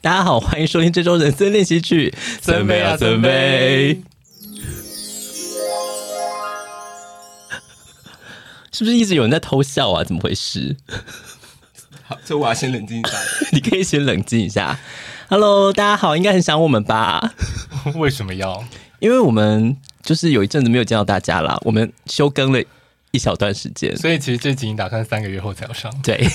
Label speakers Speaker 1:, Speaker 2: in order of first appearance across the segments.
Speaker 1: 大家好，欢迎收听这周人生练习曲，
Speaker 2: 森杯啊森杯！
Speaker 1: 是不是一直有人在偷笑啊？怎么回事？
Speaker 2: 好，这我要先冷静一下。
Speaker 1: 你可以先冷静一下。Hello，大家好，应该很想我们吧？
Speaker 2: 为什么 要？
Speaker 1: 因为我们就是有一阵子没有见到大家啦，我们休更了一小段时间。
Speaker 2: 所以其实这集你打算三个月后才要上。
Speaker 1: 对，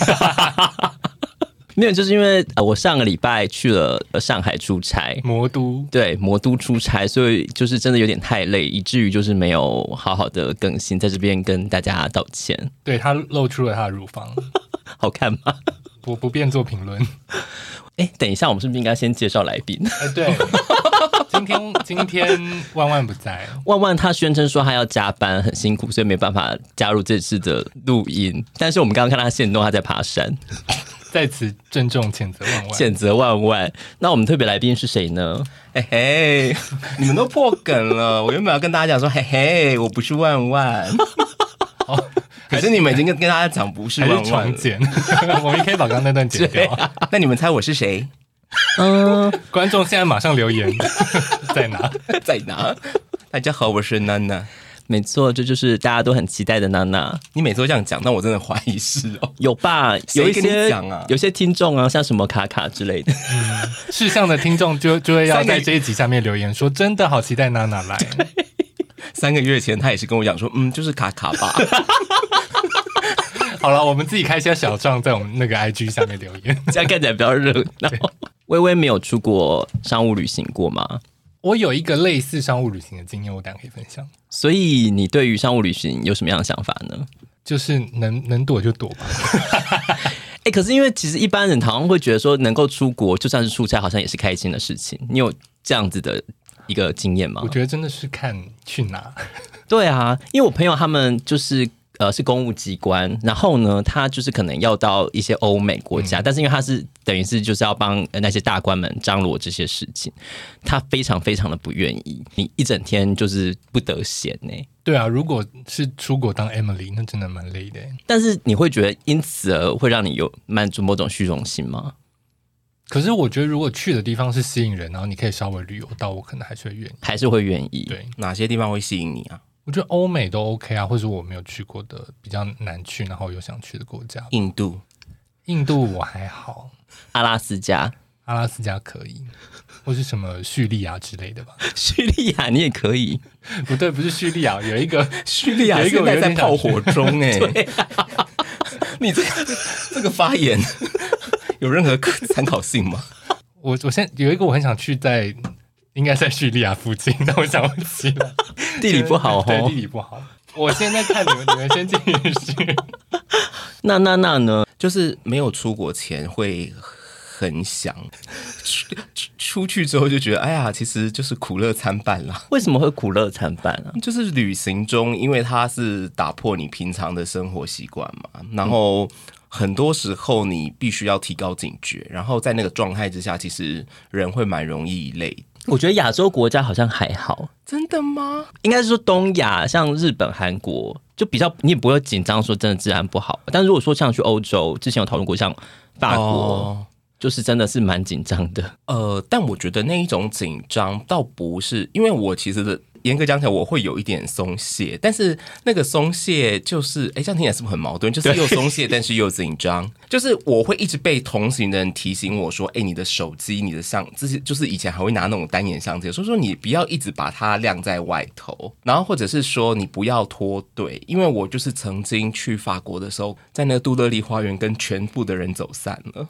Speaker 1: 没有，就是因为、呃、我上个礼拜去了呃上海出差，
Speaker 2: 魔都
Speaker 1: 对魔都出差，所以就是真的有点太累，以至于就是没有好好的更新，在这边跟大家道歉。
Speaker 2: 对他露出了他的乳房，
Speaker 1: 好看 吗？
Speaker 2: 我不便做评论。
Speaker 1: 哎，等一下，我们是不是应该先介绍来宾？
Speaker 2: 哎、对， 今天今天万万不在，
Speaker 1: 万万他宣称说他要加班，很辛苦，所以没办法加入这次的录音。但是我们刚刚看到他现动，他在爬山，
Speaker 2: 在此郑重谴责万万。
Speaker 1: 谴责万万。那我们特别来宾是谁呢？
Speaker 3: 嘿嘿，你们都破梗了。我原本要跟大家讲说，嘿嘿，我不是万 万，
Speaker 2: 哦，
Speaker 3: 可是你们已经跟跟大家讲不是
Speaker 2: 还是
Speaker 3: 万万
Speaker 2: 重
Speaker 3: 了。
Speaker 2: 剪， 我们可以把刚刚那段剪掉。
Speaker 3: 那你们猜我是谁？
Speaker 1: 嗯，
Speaker 2: 观众现在马上留言 在哪？
Speaker 3: 在哪？大家好，我是娜娜。
Speaker 1: 没错，这就是大家都很期待的娜娜。
Speaker 3: 你每次都这样讲，那我真的怀疑是哦。
Speaker 1: 有吧？有一
Speaker 3: 谁跟
Speaker 1: 些
Speaker 3: 你讲啊
Speaker 1: 有些听众啊，像什么卡卡之类的，
Speaker 2: 事项的听众就就会要
Speaker 3: 三个
Speaker 2: 在这一集下面留言说，真的好期待娜娜来。
Speaker 3: 三个月前他也是跟我讲说，嗯，就是卡卡 吧。
Speaker 2: 好了，我们自己开一下小账，在我们那个 IG 下面留言。
Speaker 1: 这样看起来比较热闹。微微没有出国商务旅行过吗？
Speaker 2: 我有一个类似商务旅行的经验，我等一下可以分享。
Speaker 1: 所以你对于商务旅行有什么样的想法呢？
Speaker 2: 就是能能躲就躲吧。
Speaker 1: 哎、可是因为其实一般人好像会觉得说，能够出国就算是出差，好像也是开心的事情。你有这样子的一个经验吗
Speaker 2: 我？觉得真的是看去哪，
Speaker 1: 对啊，因为我朋友他们就是呃是公务机关，然后呢，他就是可能要到一些欧美国
Speaker 2: 嗯
Speaker 1: 家，但是因为他是等于是就是要帮呃那些大官们张罗这些事情，他非常非常的不愿意，你一整天就是不得闲呢、
Speaker 2: 对啊，如果是出国当 Emily，那真的蛮累的。欸
Speaker 1: 但是你会觉得因此而会让你有满足某种虚荣心吗？
Speaker 2: 可是我觉得，如果去的地方是吸引人，然后你可以稍微旅游到，我可能还是会愿意。
Speaker 1: 还是会愿意？
Speaker 2: 对，
Speaker 3: 哪些地方会吸引你啊？
Speaker 2: 我觉得欧美都 OK 啊，或者我没有去过的比较难去，然后有想去的国家，
Speaker 3: 印度。
Speaker 2: 印度我还好，
Speaker 1: 阿拉斯加、
Speaker 2: 阿拉斯加可以，或是什么叙利亚之类的吧？
Speaker 1: 叙利亚你也可以，
Speaker 2: 不对，不是叙利亚，有一个
Speaker 3: 叙利亚
Speaker 2: 有一个
Speaker 3: 现
Speaker 2: 我
Speaker 3: 在
Speaker 2: 有
Speaker 3: 在
Speaker 2: 点想
Speaker 3: 炮火中 哎、你这这个发言 有任何可参考性吗？
Speaker 2: 我我现在有一个我很想去在，应该在叙利亚附近， 但我想不起来。
Speaker 1: 地理不好
Speaker 2: 对，
Speaker 1: 哦
Speaker 2: 地。理不好。我现在看你们，你们先进去。
Speaker 1: 那那那呢？
Speaker 3: 就是没有出国前会很想，出出出去之后就觉得，哎呀，其实就是苦乐参半啦。
Speaker 1: 为什么会苦乐参半啊？
Speaker 3: 就是旅行中，因为它是打破你平常的生活习惯嘛，然后很多时候你必须要提高警觉，然后在那个状态之下，其实人会蛮容易累。
Speaker 1: 我觉得亚洲国家好像还好，
Speaker 3: 真的吗？
Speaker 1: 应该是说东亚，像日本、韩国就比较，你也不会紧张说真的治安不好。但如果说像去欧洲，之前有讨论过，像法国，
Speaker 3: 哦
Speaker 1: 就是真的是蛮紧张的。
Speaker 3: 呃，但我觉得那一种紧张倒不是，因为我其实的严格讲起来，我会有一点松懈，但是那个松懈就是，哎，这样听起来是不是很矛盾？就是又松懈，但是又紧张，就是我会一直被同行的人提醒我说，哎，你的手机、你的相，这些就是以前还会拿那种单眼相机，说说你不要一直把它晾在外头，然后或者是说你不要脱队，因为我就是曾经去法国的时候，在那个杜乐丽花园跟全部的人走散了，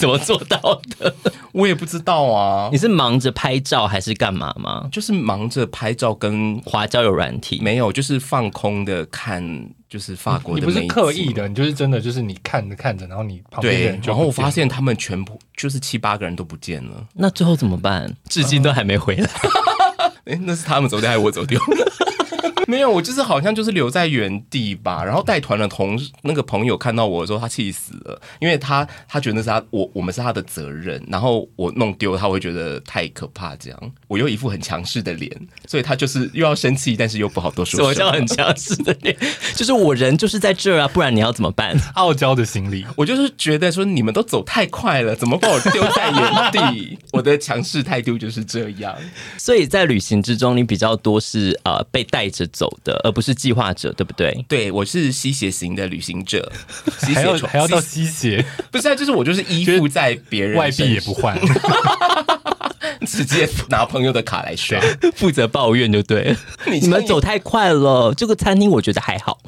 Speaker 1: 怎么做到的？
Speaker 3: 我也不知道啊
Speaker 1: 你。是忙着拍照还是干嘛吗？
Speaker 3: 就是忙着拍照跟
Speaker 1: 滑交友软体，
Speaker 3: 没有，就是放空的看，就是法国
Speaker 2: 嗯你
Speaker 3: 的
Speaker 2: 不
Speaker 3: 美景。
Speaker 2: 是刻意的，你就是真的，就是你看着看着，然后你旁边的
Speaker 3: 对
Speaker 2: 人，就
Speaker 3: 然后我
Speaker 2: 不见了
Speaker 3: 发现他们全部就是七八个人都不见了。
Speaker 1: 那最后 怎么办？至今都还没回来。
Speaker 3: 哎，那是他们走掉还是我走掉？ 没有，我就是好像就是留在原地吧。然后带团的同那个朋友看到我的时候，他气死了，因为他他觉得那是他我我们是他的责任，然后我弄丢他会觉得太可怕，这样我又一副很强势的脸，所以他就是又要生气，但是又不好多说
Speaker 1: 我
Speaker 3: 什
Speaker 1: 叫
Speaker 3: 么。
Speaker 1: 很强势的脸，就是我人就是在这儿啊，不然你要怎么 办？
Speaker 2: 傲娇的心理。
Speaker 3: 我就是觉得说你们都走太快了，怎么把我丢在原 地？我的强势态度就是这样。
Speaker 1: 所以在旅行之中，你比较多是呃被带着走的，而不是计划者，对不对？
Speaker 3: 对我是吸血型的旅行 者，吸
Speaker 2: 还
Speaker 3: 血
Speaker 2: 要
Speaker 3: 虫
Speaker 2: 还要到
Speaker 3: 吸
Speaker 2: 吸血，
Speaker 3: 不是啊，就是我就是依
Speaker 2: 就是
Speaker 3: 附在别人
Speaker 2: 外币也
Speaker 3: 身
Speaker 2: 不换，
Speaker 3: 直接拿朋友的卡来刷。
Speaker 1: 负责抱怨就对了。
Speaker 3: 你
Speaker 1: 你们走太快了，这个餐厅我觉得还好。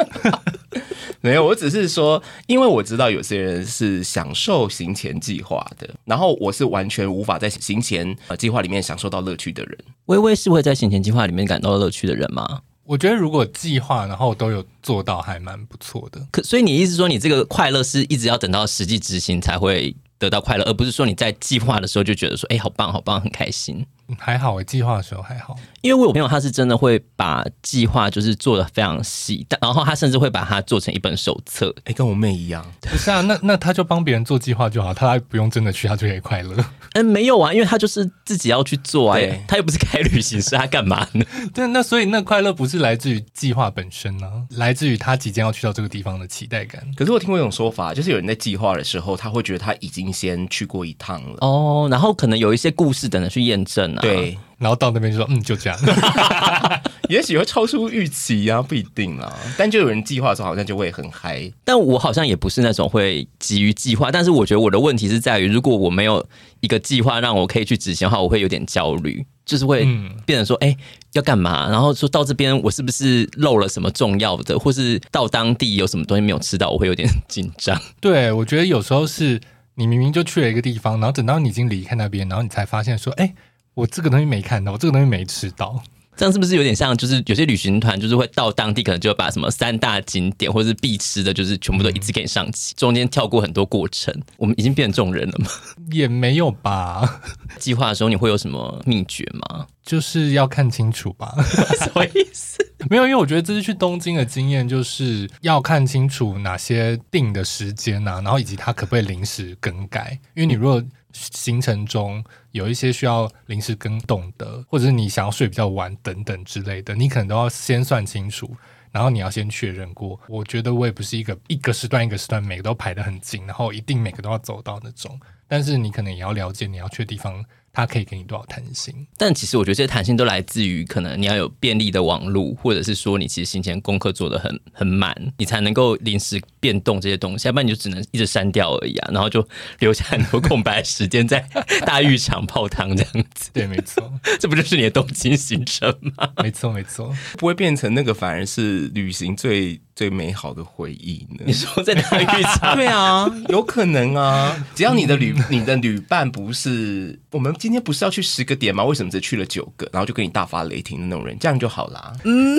Speaker 3: 没有，我只是说，因为我知道有些人是享受行前计划的，然后我是完全无法在行前呃计划里面享受到乐趣的人。
Speaker 1: 微微是会在行前计划里面感到乐趣的人吗？
Speaker 2: 我觉得如果计划然后都有做到，还蛮不错的。
Speaker 1: 可所以你意思说，你这个快乐是一直要等到实际执行才会得到快乐，而不是说你在计划的时候就觉得说，哎、好棒，好棒，很开心。
Speaker 2: 嗯还好诶，计划的时候还好。
Speaker 1: 因为我有朋友，他是真的会把计划就是做的非常细，但然后他甚至会把它做成一本手册。
Speaker 3: 哎，跟我妹一样，
Speaker 2: 不是啊，那那他就帮别人做计划就好，他不用真的去，他就可以快乐。
Speaker 1: 嗯，没有啊，因为他就是自己要去做啊
Speaker 3: 对，
Speaker 1: 他又不是开旅行社，他干嘛呢？
Speaker 2: 对，那所以那快乐不是来自于计划本身呢、来自于他即将要去到这个地方的期待感。
Speaker 3: 可是我听过一种说法，就是有人在计划的时候，他会觉得他已经先去过一趟了。
Speaker 1: 哦，然后可能有一些故事等着去验证啊。，
Speaker 3: 对，
Speaker 2: 然后到那边就说，嗯，就这样。
Speaker 3: 也许会超出预期啊，不一定啦。但就有人计划的时候，好像就会很嗨。
Speaker 1: 但我好像也不是那种会急于计划，但是我觉得我的问题是在于，如果我没有一个计划让我可以去执行的话，我会有点焦虑，就是会
Speaker 2: 嗯
Speaker 1: 变成说，哎、要干嘛？然后说到这边我是不是漏了什么重要的，或是到当地有什么东西没有吃到，我会有点 紧张。
Speaker 2: 对，我觉得有时候是你明明就去了一个地方，然后等到你已经离开那边，然后你才发现说，哎，我这个东西没看到，我这个东西没吃到。
Speaker 1: 这样是不是有点像，就是有些旅行团就是会到当地，可能就把什么三大景点或是必吃的，就是全部都一次给你上齐，中间跳过很多过程。我们已经变成这种人了吗？
Speaker 2: 也没有吧，
Speaker 1: 计划的时候你会有什么秘诀吗？
Speaker 2: 就是要看清楚吧。
Speaker 1: 什么意思？
Speaker 2: 没有，因为我觉得这次去东京的经验，就是要看清楚哪些定的时间啊，然后以及它可不可以临时更改。因为你如果行程中有一些需要临时更动的，或者是你想要睡比较晚等等之类的，你可能都要先算清楚。然后你要先确认过，我觉得我也不是一个一个时段一个时段每个都排得很紧，然后一定每个都要走到那种。但是你可能也要了解你要去的地方，它可以给你多少弹性。
Speaker 1: 但其实我觉得这些弹性都来自于可能你要有便利的网络，或者是说你其实行前功课做的很很满，你才能够临时变动这些东西，要不然你就只能一直删掉而已啊，然后就留下很多空白时间在大浴场泡汤这样子，
Speaker 2: 对，没错，
Speaker 1: 这不就是你的东京行程吗？
Speaker 2: 没错，没错。
Speaker 3: 不会变成那个，反而是旅行最最美好的回忆呢。
Speaker 2: 嗯
Speaker 1: 你说在大浴场？
Speaker 3: 对啊，有可能啊，只要你的旅你的旅伴不是我们今天不是要去十个点吗？为什么只去了九个？然后就跟你大发雷霆的那种人，这样就好啦。
Speaker 2: 嗯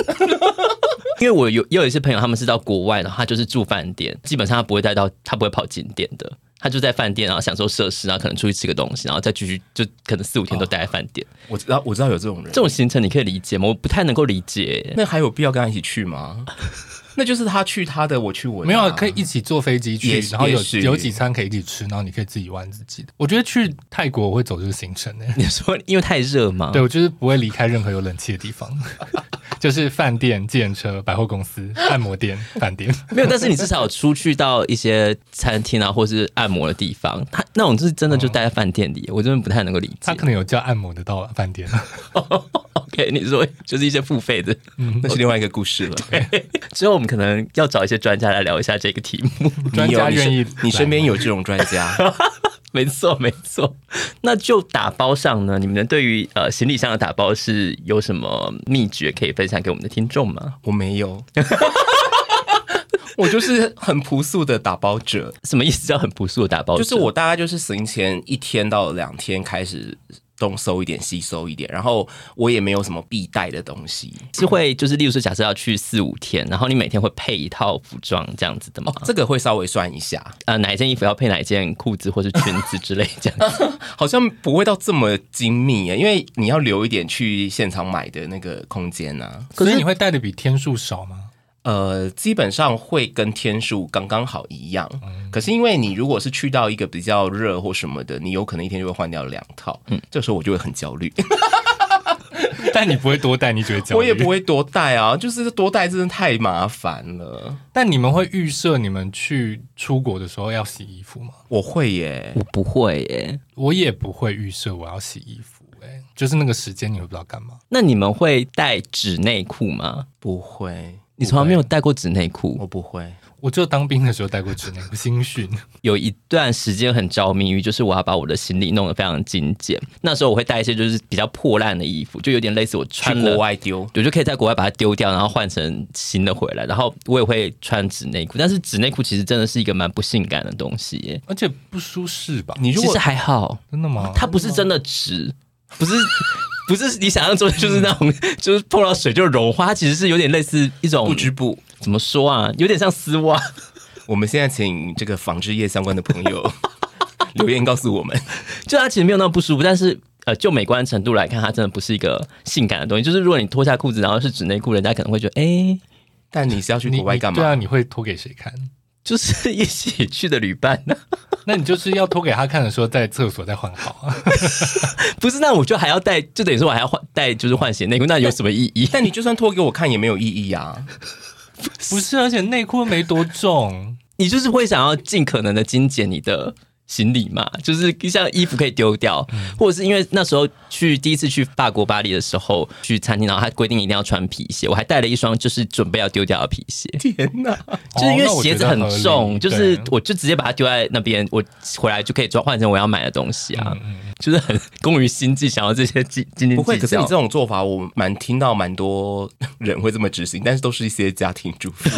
Speaker 1: 因为我有也有一些朋友，他们是到国外，然后他就是住饭店，基本上他不会带到，他不会跑景点的，他就在饭店，然后享受设施，然后可能出去吃个东西，然后再继续就可能四五天都待在饭店。
Speaker 3: 我知啊道我知道有这种人
Speaker 1: 这，种行程你可以理解吗？我不太能够理解。
Speaker 3: 那还有必要跟他一起去吗？那就是他去他的，我去我的啊、
Speaker 2: 没有啊，可以一起坐飞机去
Speaker 3: 也，是
Speaker 2: 然后有
Speaker 3: 也是
Speaker 2: 有几餐可以一起吃，然后你可以自己玩自己的。我觉得去泰国我会走这个行程呢、
Speaker 3: 嗯
Speaker 1: 你说因为太热吗？
Speaker 2: 对，我就是不会离开任何有冷气的地 方，就是饭店、建车、百货公司、按摩店、饭 店。
Speaker 1: 没有，但是你至少有出去到一些餐厅啊，或是按摩的地方，他那种就是真的就待在饭店里，我真的不太能够理解
Speaker 2: 他。可能有叫按摩的到饭 店，
Speaker 1: OK，你说就是一些付费的，
Speaker 3: 那是另外一个故事了。
Speaker 1: 之后我们可能要找一些专家来聊一下这个题目。
Speaker 2: 专
Speaker 3: 你有
Speaker 2: 家
Speaker 3: 你身
Speaker 2: 愿意
Speaker 3: 你身边
Speaker 2: 来吗
Speaker 3: 有这种专家，
Speaker 1: 没错，没错。那就打包上呢，你们对于呃行李箱的打包是有什么秘诀可以分享给我们的听众吗？
Speaker 3: 我没有。 我就是很朴素的打包者，哦
Speaker 1: 什么意思叫很朴素的打包？
Speaker 3: 就是我大概就是行前一天到两天开始东收一点，西收一点，然后我也没有什么必带的东西。
Speaker 1: 是会就是，例如说，假设要去四五天，然后你每天会配一套服装这样子的吗？
Speaker 3: 哦这个会稍微算一下，
Speaker 1: 呃，哪一件衣服要配哪一件裤子或是裙子之类这样子？
Speaker 3: 好像不会到这么精密耶，因为你要留一点去现场买的那个空间啊。
Speaker 2: 所以你会带的比天数少 吗？
Speaker 3: 呃，基本上会跟天数刚刚好一样。可是因为你如果是去到一个比较热或什么的，你有可能一天就会换掉两套。嗯，这时候我就会很焦虑，
Speaker 2: 但你不会多带，你只会焦虑。
Speaker 3: 我也不。会多带啊， 就是多带真的太麻烦了。
Speaker 2: 但你们会预设你们去出国的时候要洗衣服吗？
Speaker 3: 我会耶，
Speaker 1: 我不会耶。
Speaker 2: 我也不会预设我要洗衣服、欸，哎，就是那个时间你会不知道干嘛。
Speaker 1: 那你们会带纸内裤吗？
Speaker 3: 不会，
Speaker 1: 你从来没有带过纸内裤，
Speaker 3: 我不会。
Speaker 2: 我就当兵的时候带过纸内 裤，新训。
Speaker 1: 有一段时间很着迷于，就是我要把我的行李弄得非常精简。那时候我会带一些就是比较破烂的衣服，就有点类似我
Speaker 3: 去
Speaker 1: 穿
Speaker 3: 国
Speaker 1: 了
Speaker 3: 外丢，
Speaker 1: 我就可以在国外把它丢掉，然后换成新的回来。然后我也会穿纸内裤，但是纸内裤其实真的是一个蛮不性感的东西耶。
Speaker 2: 而且不舒适吧？
Speaker 3: 你如
Speaker 1: 其
Speaker 3: 果
Speaker 1: 实还好，
Speaker 2: 真的吗？
Speaker 1: 哦它不是真的直，不是不是你想象中就是那种 就是碰到水就融化，它其实是有点类似一种
Speaker 3: 不织布，
Speaker 1: 怎么说啊，有点像丝袜。
Speaker 3: 我们现在请这个纺织业相关的朋 友留言告诉我们。
Speaker 1: 就它其实没有那么不舒服，但是呃，就美观程度来看，它真的不是一个性感的东西。就是如果你脱下裤子，然后是纸内裤，人家可能会觉得，哎、
Speaker 3: 但你是要去
Speaker 2: 你
Speaker 3: 国外干
Speaker 2: 你对
Speaker 3: 嘛？
Speaker 2: 啊，你会脱给谁看？
Speaker 1: 就是 一起去的旅伴呢、
Speaker 2: 那你就是要脱给他看的时候，在厕所再换好啊。
Speaker 1: 不是？那我就还要带，就等于说我还要换带，就是换鞋内裤，那有什么意义？
Speaker 3: 但你就算脱给我看也没有意义啊。
Speaker 2: 不是，而且内裤没多重，
Speaker 1: 你就是会想要尽可能的精简你的。行李嘛，就是像衣服可以丢掉，
Speaker 2: 嗯
Speaker 1: 或者是因为那时候去第一次去法国巴黎的时候，去餐厅，然后他规定一定要穿皮鞋，我还带了一双就是准备要丢掉的皮鞋，
Speaker 3: 天哪！
Speaker 1: 就是因为鞋子很
Speaker 2: 哦那我觉得合
Speaker 1: 重，
Speaker 2: 理
Speaker 1: 就是
Speaker 2: 对
Speaker 1: 我就直接把它丢在那边，我回来就可以装换成我要买的东西啊，
Speaker 2: 嗯
Speaker 1: 就是很功于心计，想要这些斤斤斤
Speaker 3: 不会，可
Speaker 1: 计
Speaker 3: 是你
Speaker 1: 较
Speaker 3: 这。种做法，我蛮听到蛮多人会这么执行，但是都是一些家庭主 妇，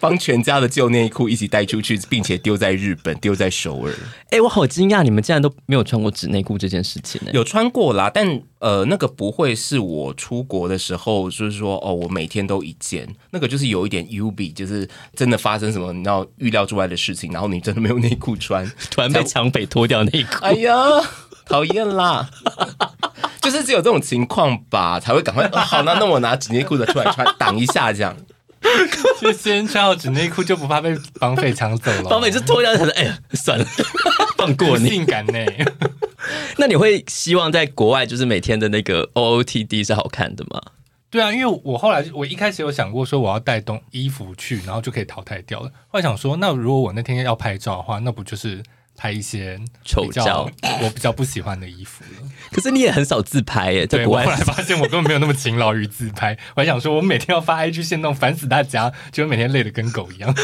Speaker 3: 帮全家的旧内裤一起带出去，并且丢在日本，丢在首尔。
Speaker 1: 哎、我好惊讶，你们竟然都没有穿过纸内裤这件事情呢、欸
Speaker 3: 有穿过啦，但呃，那个不会是我出国的时候，就是说哦，我每天都一件，那个就是有一点 U B，就是真的发生什么你知道预料之外的事情，然后你真的没有内裤穿，
Speaker 1: 突然被抢匪脱掉内裤，
Speaker 3: 哎呀，讨厌啦！ 就是只有这种情况吧，才会赶快、哦好，那那我拿纸内裤的出来穿，挡一下 这样。
Speaker 2: 就先穿好纸内裤就不怕被绑匪抢走了。
Speaker 1: 绑匪就脱掉，想说哎、呀， 算了，放过你。
Speaker 2: 性感呢、
Speaker 1: 那你会希望在国外就是每天的那个 OOTD 是好看的吗？
Speaker 2: 对啊，因为我后来我一开始有想过说我要带东衣服去，然后就可以淘汰掉了。后来想说，那如果我那天要拍照的话，那不就是拍一些
Speaker 1: 丑
Speaker 2: 比较
Speaker 1: 照，
Speaker 2: 我比较不喜欢的衣服了。
Speaker 1: 可是你也很少自拍耶， 在
Speaker 2: 对
Speaker 1: 国
Speaker 2: 我
Speaker 1: 外
Speaker 2: 后来发现我根本没有那么勤劳于自拍，我还想说我每天要发 IG 线动，烦死大家，结果每天累得跟狗一样。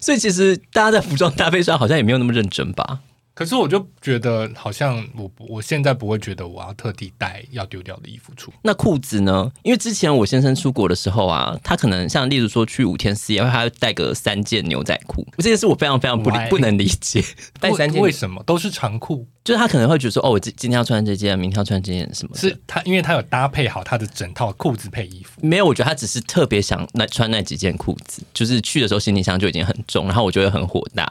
Speaker 1: 所以其实大家在服装搭配上好像也没有那么认真吧？
Speaker 2: 可是我就觉得好像我不我现在不会觉得我要特地带要丢掉的衣服出。
Speaker 1: 那裤子呢？因为之前我先生出国的时候啊，他可能像例如说去五天四夜，他会带个三件牛仔裤，这件事我非常非常不理
Speaker 2: Why？
Speaker 1: 不能理解。
Speaker 3: 带三件
Speaker 2: 为为什么都是长裤？
Speaker 1: 就是他可能会觉得说，哦，我今今天要穿这件，明天要穿这件什么的。
Speaker 2: 是他因为他有搭配好他的整套裤子配衣服。
Speaker 1: 没有，我觉得他只是特别想那穿那几件裤子，就是去的时候行李箱就已经很重，然后我就会很火大。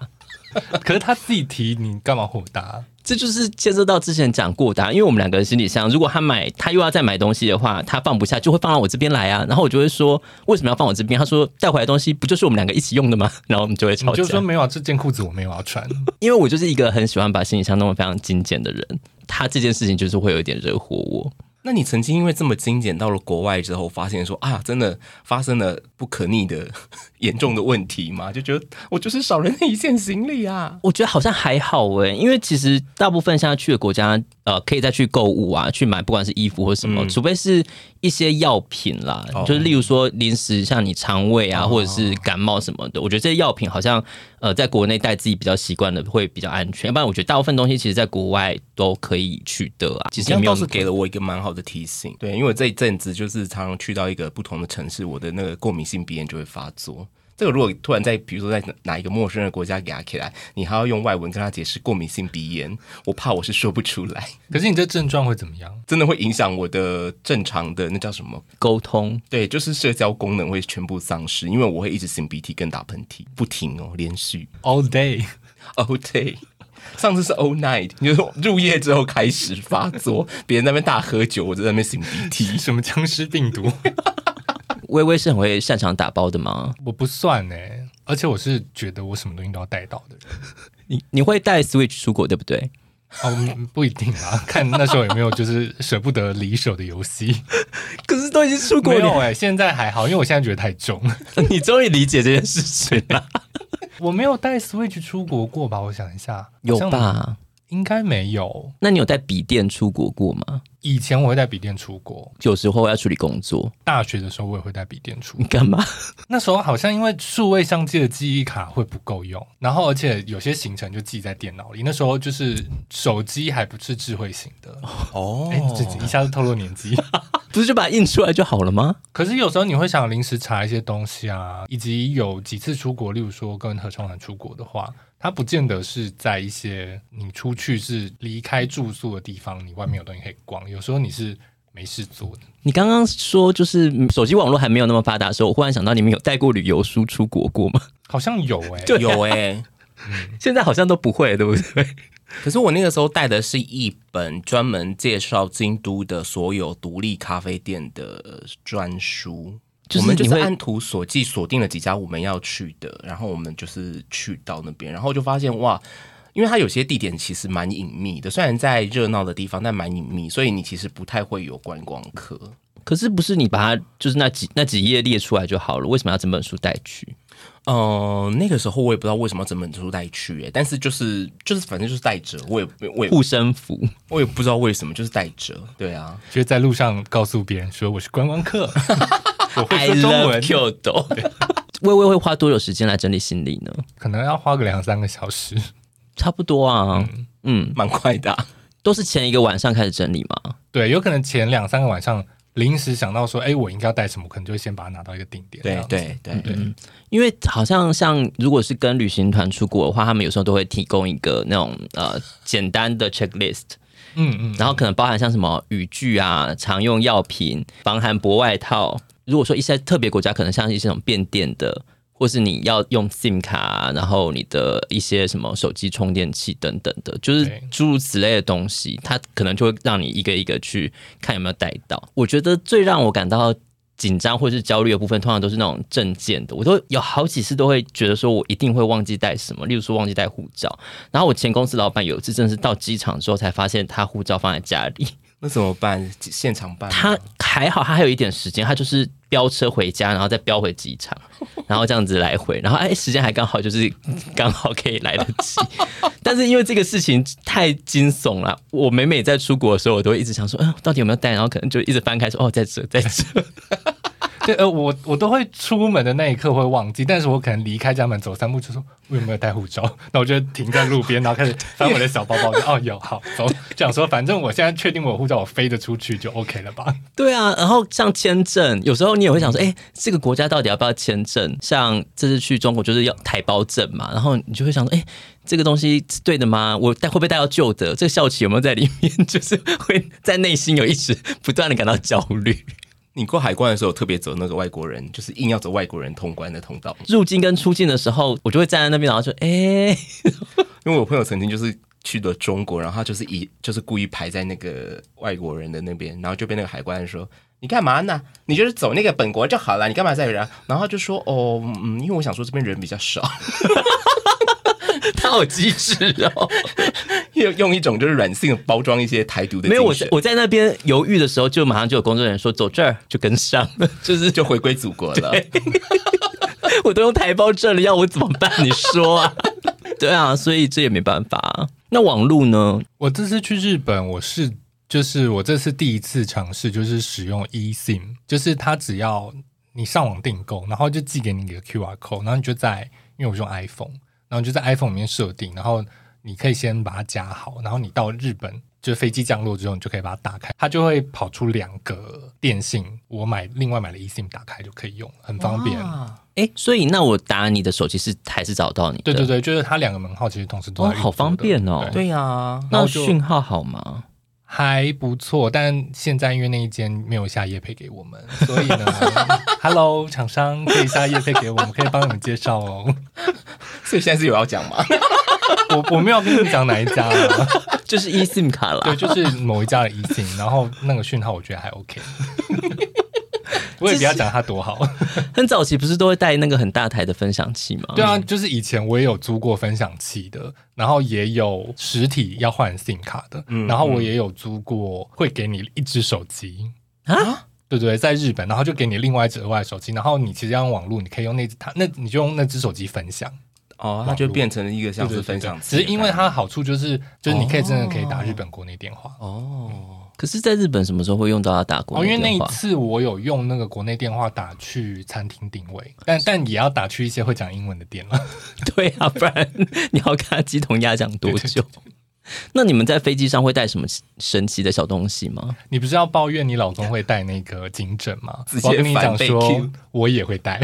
Speaker 2: 可是他自己提，你干嘛火大？
Speaker 1: 这就是牵涉到之前讲过的、啊，因为我们两个人行李箱，如果他买他又要再买东西的话，他放不下，就会放到我这边来啊。然后我就会说，为什么要放我这边？他说带回来的东西不就是我们两个一起用的吗？然后我们就会
Speaker 2: 你
Speaker 1: 吵架。
Speaker 2: 就说没有啊，这件裤子我没有要 穿。
Speaker 1: 因为我就是一个很喜欢把行李箱弄得非常精简的人，他这件事情就是会有一点惹火我。
Speaker 3: 那你曾经因为这么精简到了国外之后，发现说啊，真的发生了不可逆的 严重的问题吗？就觉得我就是少了那一件行李啊。
Speaker 1: 我觉得好像还好诶、因为其实大部分现在去的国家，呃，可以再去购物啊，去买不管是衣服或什么，除非是一些药品啦，
Speaker 3: 哦
Speaker 1: 就是例如说临时像你肠胃啊，或者是感冒什么的，我觉得这些药品好像呃，在国内带自己比较习惯的会比较安全，要不然我觉得大部分东西其实在国外都可以取得啊，其实
Speaker 3: 你这
Speaker 1: 也
Speaker 3: 样
Speaker 1: 没有
Speaker 3: 倒是给了我一个蛮好的提醒，对，因为我这一阵子就是常常去到一个不同的城市，我的那个过敏性鼻炎就会发作，这个如果突然在比如说在哪一个陌生的国家给他起来，你还要用外文跟他解释过敏性鼻炎，我怕我是说不出来，
Speaker 2: 可是你这症状会怎么样？
Speaker 3: 真的会影响我的正常的那叫什么？
Speaker 1: 沟通，
Speaker 3: 对，就是社交功能会全部丧失，因为我会一直擤鼻涕跟打喷嚏，不停哦，连续
Speaker 2: all day，
Speaker 3: all day。上次是 all night，就是入夜之后开始发作，别人在那边大喝酒，我就在那边擤鼻 涕。
Speaker 2: 什么僵尸病毒？
Speaker 1: 微微是很会擅长打包的吗？
Speaker 2: 我不算哎、而且我是觉得我什么东西都要带到的人。
Speaker 1: 你你会带 Switch 出国对不对？
Speaker 2: 哦，嗯不一定啊， 看那时候有没有就是舍不得离手的游戏。
Speaker 1: 可是都已经出
Speaker 2: 没有哎、现在还好，因为我现在觉得太 重。
Speaker 1: 你你终于理解这件事情了，
Speaker 2: 我没有带 Switch 出国过吧？我想一下，
Speaker 1: 有
Speaker 2: 好像？
Speaker 1: 吧？
Speaker 2: 应该没有。
Speaker 1: 那你有带笔电出国过吗？
Speaker 2: 以前我会带笔电出国，
Speaker 1: 有时候要处理工作，
Speaker 2: 大学的时候我也会带笔电出
Speaker 1: 你干嘛？
Speaker 2: 那时候好像因为数位相机的记忆卡会不够用，然后而且有些行程就记在电脑里。那时候就是手机还不是智慧型的，
Speaker 3: 哦
Speaker 2: 哎、这一下子透露年 纪。
Speaker 1: 不是就把它印出来就好了吗？
Speaker 2: 可是有时候你会想临时查一些东西啊，以及有几次出国，例如说跟合唱团出国的话，它不见得是在一些你出去是离开住宿的地方，你外面有东西可以逛。有时候你是没事做的，
Speaker 1: 你刚刚说就是嗯手机网络还没有那么发达的时候，我忽然想到你们有带过旅游书出国过吗？
Speaker 2: 好像有哎、
Speaker 1: 对啊
Speaker 3: 有哎、
Speaker 1: 现在好像都不会，对不对？
Speaker 3: 可是我那个时候带的是一本专门介绍京都的所有独立咖啡店的专书。
Speaker 1: 就是
Speaker 3: 我们就
Speaker 1: 你
Speaker 3: 是
Speaker 1: 会
Speaker 3: 按图索骥锁定了几家我们要去的，然后我们就是去到那边，然后就发现哇，因为它有些地点其实蛮隐秘的，虽然在热闹的地方，但蛮隐秘，所以你其实不太会有观光客。
Speaker 1: 可是不是你把它就是那几那几页列出来就好了？为什么要整本书带去？
Speaker 3: 嗯、那个时候我也不知道为什么要整本书带去、欸，但是就是就是反正就是带着，我也我也
Speaker 1: 护身符，
Speaker 3: 我也不知道为什么就是带着，对啊。
Speaker 2: 就是在路上告诉别人说我是观光客， 我会
Speaker 1: I
Speaker 2: 说中
Speaker 1: love
Speaker 2: 文，
Speaker 1: Kyoto。微 微会花多久时间来整理行李呢？
Speaker 2: 可能要花个两三个小时。
Speaker 1: 差不多啊，嗯，
Speaker 3: 蛮快的啊、
Speaker 1: 都是前一个晚上开始整理嘛。
Speaker 2: 对，有可能前两三个晚上临时想到说，哎，我应该要带什么，可能就会先把它拿到一个定点。这
Speaker 3: 对
Speaker 2: 样子
Speaker 3: 对对，
Speaker 1: 因为好像像如果是跟旅行团出国的话，他们有时候都会提供一个那种呃简单的 checklist，
Speaker 2: 嗯嗯，
Speaker 1: 然后可能包含像什么语句啊、常用药品、防寒薄外套。如果说一些特别国家，可能像一些那种变电的，或是你要用 SIM 卡啊、然后你的一些什么手机充电器等等的，就是
Speaker 2: 对
Speaker 1: 诸如此类的东西，它可能就会让你一个一个去看有没有带到。我觉得最让我感到紧张或是焦虑的部分，通常都是那种证件的，我都有好几次都会觉得说我一定会忘记带什么，例如说忘记带护照。然后我前公司老板有一次真的是到机场之后才发现他护照放在家里，
Speaker 3: 那怎么办？现场办吗？
Speaker 1: 他还好，他还有一点时间，他就是飙车回家，然后再飙回机场， 然后这样子来回，然后哎，时间还刚好就是刚好可以来得及。 但是因为这个事情太惊悚了，我每每在出国的时候，我都会一直想说，嗯、到底有没有带？然后可能就一直翻开说，哦，在这，在这。
Speaker 2: 对，呃，我我都会出门的那一刻会忘记，但是我可能离开家门走三步就说我有没有带护照， 那我就停在路边，然后开始翻我的小包包，就哦有，好走，这样说，反正我现在确定我有护照，我飞得出去就 OK 了吧？
Speaker 1: 对啊，然后像签证，有时候你也会想说，哎、这个国家到底要不要签证？像这次去中国就是要台胞证嘛，然后你就会想说，哎、这个东西是对的吗？我带会不会带到旧的？这个校期有没有在里面？ 就是会在内心有一直不断的感到焦虑。
Speaker 3: 你过海关的时候特别走那个外国人，就是硬要走外国人通关的通道。
Speaker 1: 入境跟出境的时候，我就会站在那边，然后说，哎、
Speaker 3: 因为我朋友曾经就是去了中国，然后他就是以就是故意排在那个外国人的那边，然后就被那个海关说。你干嘛呢？你就是走那个本国就好了，你干嘛在这儿？然后他就说哦，嗯，因为我想说这边人比较少，
Speaker 1: 他好机智哦。
Speaker 3: 用用一种就是软性的包装一些台独的精神，
Speaker 1: 没有，我在我在那边犹豫的时候，就马上就有工作人员说走这儿，就跟上了，就是
Speaker 3: 就回归祖国了。
Speaker 1: 我都用台胞证了，要我怎么办？你说啊？ 对啊，所以这也没办法、啊那网路呢？
Speaker 2: 我这次去日本，我是就是我这次第一次尝试，就是使用 eSIM，就是它只要你上网订购，然后就寄给你一个 QR code，然后你就在，因为我是用 iPhone，然后你就在 iPhone 里面设定，然后你可以先把它加好，然后你到日本就是飞机降落之后，你就可以把它打开，它就会跑出两个电信。我买另外买了 eSIM 打开就可以用，很方便。
Speaker 1: 哎，所以那我打你的手机是还是找到你的？
Speaker 2: 对对对，就是它两个门号其实同时都在
Speaker 1: 哦，
Speaker 2: 运作的、
Speaker 1: 好方便哦。
Speaker 2: 对，
Speaker 3: 对呀、啊，
Speaker 2: 然
Speaker 1: 那
Speaker 2: 后就
Speaker 1: 讯号好吗？
Speaker 2: 还不错。但现在因为那一间没有下夜配给我 们，所以呢，Hello 厂商可以下夜配给我们，可以帮你们介绍哦。
Speaker 3: 所以现在是有要讲吗？
Speaker 2: 我我没有跟你们讲哪一家了，
Speaker 1: 就是 eSIM 卡
Speaker 2: 对，
Speaker 1: 啦。
Speaker 2: 就是某一家的 eSIM，然后那个讯号我觉得还 OK。我也不要讲它多好。
Speaker 1: 很早期不是都会带那个很大台的分享器吗？
Speaker 2: 对啊，就是以前我也有租过分享器的，然后也有实体要换 SIM 卡的，然后我也有租过会给你一只手机。
Speaker 1: 啊，
Speaker 2: 对对，在日本，然后就给你另外一只额外的手机，然后你其实要用网络，你可以用那只它，那你就用那只手机分享，
Speaker 3: 哦，
Speaker 2: 啊
Speaker 3: 它就变成一个
Speaker 2: 对
Speaker 3: 像
Speaker 2: 对
Speaker 3: 是
Speaker 2: 对
Speaker 3: 分享
Speaker 2: 对
Speaker 3: 器
Speaker 2: 只
Speaker 3: 的
Speaker 2: 是
Speaker 3: 感觉，
Speaker 2: 因为它的好处就是，就是你可以真的可以打日本国内电话。
Speaker 3: 哦，
Speaker 1: 可是在日本什么时候会用到它打国
Speaker 2: 哦，因为
Speaker 1: 内
Speaker 2: 那
Speaker 1: 电
Speaker 2: 一
Speaker 1: 话？
Speaker 2: 次我有用那个国内电话打去餐厅定位，但但也要打去一些会讲英文的店了。
Speaker 1: 对啊，不然你要跟他鸡同鸭讲多久？ 那你们在飞机上会带什么神奇的小东西吗？
Speaker 2: 你不是要抱怨你老公会带那个金枕吗
Speaker 3: 直？接
Speaker 2: 我要跟你讲
Speaker 3: 反被
Speaker 2: 说
Speaker 3: cue，
Speaker 2: 我也会带。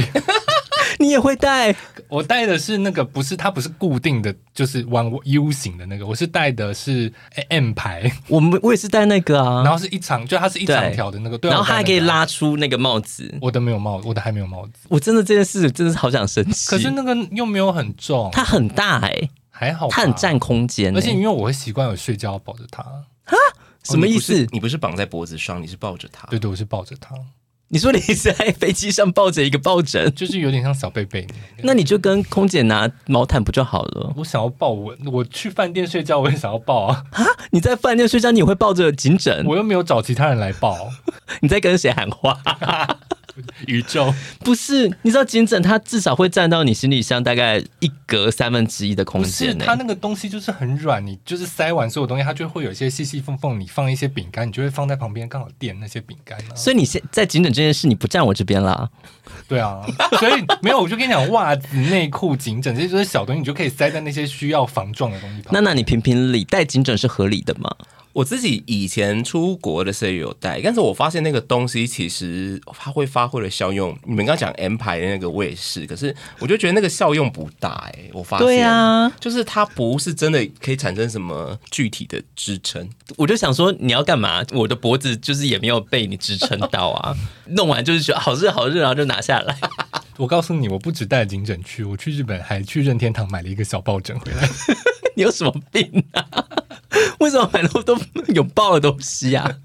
Speaker 1: 你也会带？
Speaker 2: 我带的是那个，不是它不是固定的，就是弯 U 型的那个，我是带的是 M 牌，
Speaker 1: 我们我也是带那个啊，
Speaker 2: 然后是一长，就它是一长
Speaker 1: 对
Speaker 2: 条的那个，对啊
Speaker 1: 然后它还可以。
Speaker 2: 我带那个啊
Speaker 1: 拉出那个帽子。
Speaker 2: 我的没有帽子，我的还没有帽子，
Speaker 1: 我真的这件事真的是好想生气。
Speaker 2: 可是那个又没有很重，
Speaker 1: 它很大哎、
Speaker 2: 还好吧，
Speaker 1: 它很占空间、欸，
Speaker 2: 而且因为我会习惯有睡觉抱着它，
Speaker 1: 什么意思？
Speaker 3: 哦你不是绑在脖子上，你是抱着它。
Speaker 2: 对对，我是抱着它，
Speaker 1: 你说你在飞机上抱着一个抱 枕，
Speaker 2: 就是有点像小贝贝那个。
Speaker 1: 那你就跟空姐拿毛毯不就好了？
Speaker 2: 我想要抱我，我去饭店睡觉，我也想要抱 啊！
Speaker 1: 你在饭店睡觉，你也会抱着颈枕？
Speaker 2: 我又没有找其他人来抱，
Speaker 1: 你在跟谁喊 话？
Speaker 2: 宇宙
Speaker 1: 不是，你知道颈枕它至少会占到你行李箱大概一格三分之一的空
Speaker 2: 不是
Speaker 1: 间欸呢、
Speaker 2: 它那个东西就是很软，你就是塞完所有东西，它就会有一些细细缝缝，你放一些饼干，你就会放在旁边刚好垫那些饼干啊。
Speaker 1: 所以你现在颈枕这件事，你不站我这边啦。
Speaker 2: 对啊，所以没有，我就跟你讲，袜子、内裤、颈枕这些就是小东西，你就可以塞在那些需要防撞的东西旁边。
Speaker 1: 娜娜，你评评理，戴颈枕是合理的吗？
Speaker 3: 我自己以前出国的时候也有带，但是我发现那个东西其实它会发挥的效用，你们刚刚讲 M 牌的那个我也是，可是我就觉得那个效用不大哎、我发现，
Speaker 1: 对啊，
Speaker 3: 就是它不是真的可以产生什么具体的支撑，
Speaker 1: 我就想说你要干嘛？我的脖子就是也没有被你支撑到啊， 弄完就是觉得好热好热，然后就拿下来。
Speaker 2: 我告诉你，我不只带颈枕去，我去日本还去任天堂买了一个小抱枕回来。
Speaker 1: 你有什么病啊？ 为什么买那么多拥抱的东西啊？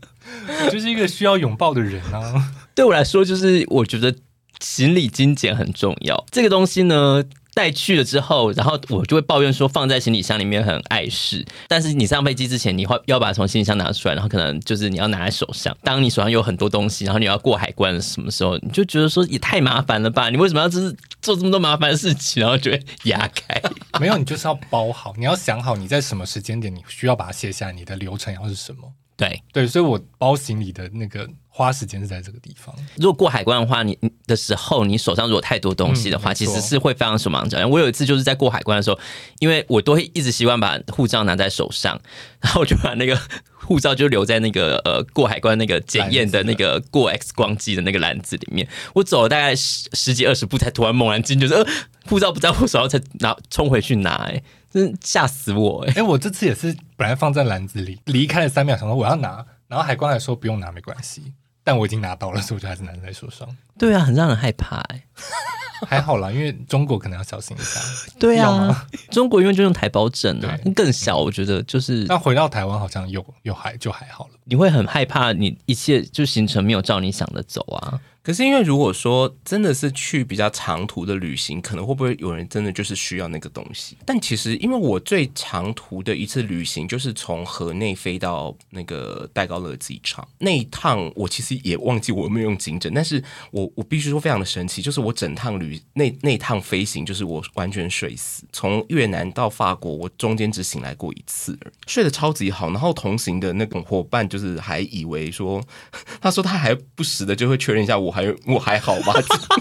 Speaker 2: 就是一个需要拥抱的人啊。
Speaker 1: 对我来说，就是我觉得行李精简很重要。这个东西呢，带去了之后，然后我就会抱怨说放在行李箱里面很碍事。但是你上飞机之前，你会要把它从行李箱拿出来，然后可能就是你要拿在手上。当你手上有很多东西，然后你要过海关，什么时候你就觉得说也太麻烦了吧？你为什么要就是做这么多麻烦的事情，然后就会压开？
Speaker 2: 没有，你就是要包好，你要想好你在什么时间点你需要把它卸下来，你的流程要是什么。
Speaker 1: 对，
Speaker 2: 对，所以我包行李的那个花时间是在这个地方。
Speaker 1: 如果过海关的话，你你的时候，你手上如果太多东西的话，
Speaker 2: 嗯没
Speaker 1: 其
Speaker 2: 错
Speaker 1: 实是会非常手忙脚乱。我有一次就是在过海关的时候，因为我都会一直习惯把护照拿在手上， 然后我就把那个护照就留在那个呃过海关那个检验的那个过 X 光机的那个篮子里面。我走了大概十十几二十步，才突然猛然惊觉，就是呃护照不在我手上，才拿冲回去拿、哎，真的吓死我哎、
Speaker 2: 哎，我这次也是本来放在篮子里，离开了三秒，想说我要拿，然后海关还说不用拿没关系，但我已经拿到了，所以我就还是拿在手上。
Speaker 1: 对啊，很让人害怕哎、
Speaker 2: 还好啦，因为中国可能要小心一 下。
Speaker 1: 对
Speaker 2: 要
Speaker 1: 啊
Speaker 2: 吗，
Speaker 1: 中国因为就用台胞证啊，
Speaker 2: 对
Speaker 1: 更小，我觉得就是
Speaker 2: 但回到台湾好像又又还就还 好了。
Speaker 1: 你会很害怕，你一切就行程没有照你想的走 啊。
Speaker 3: 可是因为如果说真的是去比较长途的旅行，可能会不会有人真的就是需要那个东西？但其实因为我最长途的一次旅行就是从河内飞到那个戴高乐机场，那一趟我其实也忘记我有没有用颈枕，但是我我必须说非常的神奇，就是我整趟旅那那趟飞行就是我完全睡死，从越南到法国，我中间只醒来过一次而已，睡得超级好，然后同行的那种伙伴就是还以为说 他说他还不时的就会确认一下我还我还好吗？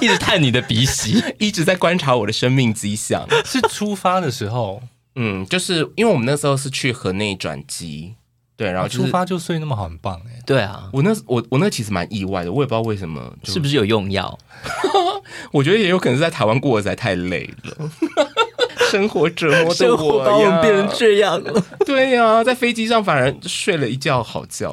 Speaker 1: 一直探你的鼻息，
Speaker 3: 一直在观察我的生命迹象。
Speaker 2: 是出发的时候，
Speaker 3: 嗯，就是因为我们那时候是去河内转机，对，然后就
Speaker 2: 啊出
Speaker 3: 是
Speaker 2: 发就睡那么好，很棒哎、
Speaker 1: 对啊，
Speaker 3: 我那我我那其实蛮意外的，我也不知道为什么，就是
Speaker 1: 不是有用药？
Speaker 3: 我觉得也有可能是在台湾过得实在太累 了，生活折磨的
Speaker 1: 生活
Speaker 3: 我
Speaker 1: 把我
Speaker 3: 呀
Speaker 1: 们变成这样了。
Speaker 3: 对呀、在飞机上反而睡了一觉好觉。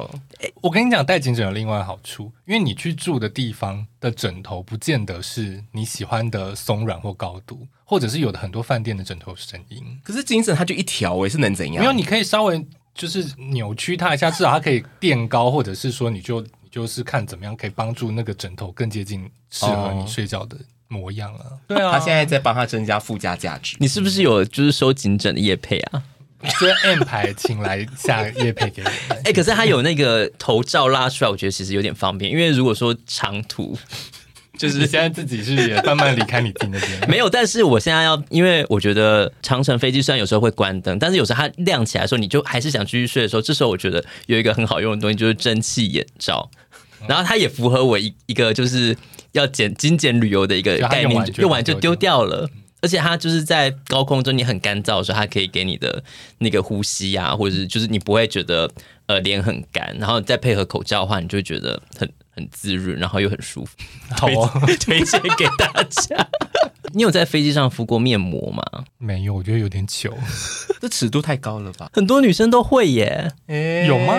Speaker 2: 我跟你讲，带颈枕有另外好处，因为你去住的地方的枕头不见得是你喜欢的松软或高度，或者是有的很多饭店的枕头有声音，
Speaker 3: 可是精神它就一条诶、是能怎样？
Speaker 2: 没有，你可以稍微就是扭曲它一下，至少它可以垫高，或者是说你就你就是看怎么样可以帮助那个枕头更接近适合你睡觉的模样啊。哦对啊，
Speaker 3: 他现在在帮他增加附加价值。
Speaker 1: 你是不是有就是收颈枕的叶配啊？
Speaker 2: 所以 M 牌请来下夜配给我们
Speaker 1: 哎、。可是它有那个头罩拉出来，我觉得其实有点方便，因为如果说长途
Speaker 2: 就是现在自己是也慢慢离开你自己那边，
Speaker 1: 没有，但是我现在要，因为我觉得长城飞机虽然有时候会关灯，但是有时候它亮起来的时候，你就还是想继续睡的时候，这时候我觉得有一个很好用的东西就是蒸汽眼罩，
Speaker 2: 嗯
Speaker 1: 然后它也符合我一一个就是要减精简旅游的一个
Speaker 2: 就它
Speaker 1: 概
Speaker 2: 用
Speaker 1: 念
Speaker 2: 完，就
Speaker 1: 用完就
Speaker 2: 丢
Speaker 1: 丢掉了。而且它就是在高空中，你很干燥的时候，它可以给你的那个呼吸啊，或者是就是你不会觉得呃脸很干，然后再配合口罩的话，你就会觉得很很滋润，然后又很舒服。
Speaker 2: 好哦，
Speaker 1: 推 推荐给大家。你有在飞机上敷过面膜吗？
Speaker 2: 没有，我觉得有点糗。
Speaker 3: 这尺度太高了吧？
Speaker 1: 很多女生都会耶，
Speaker 2: 有吗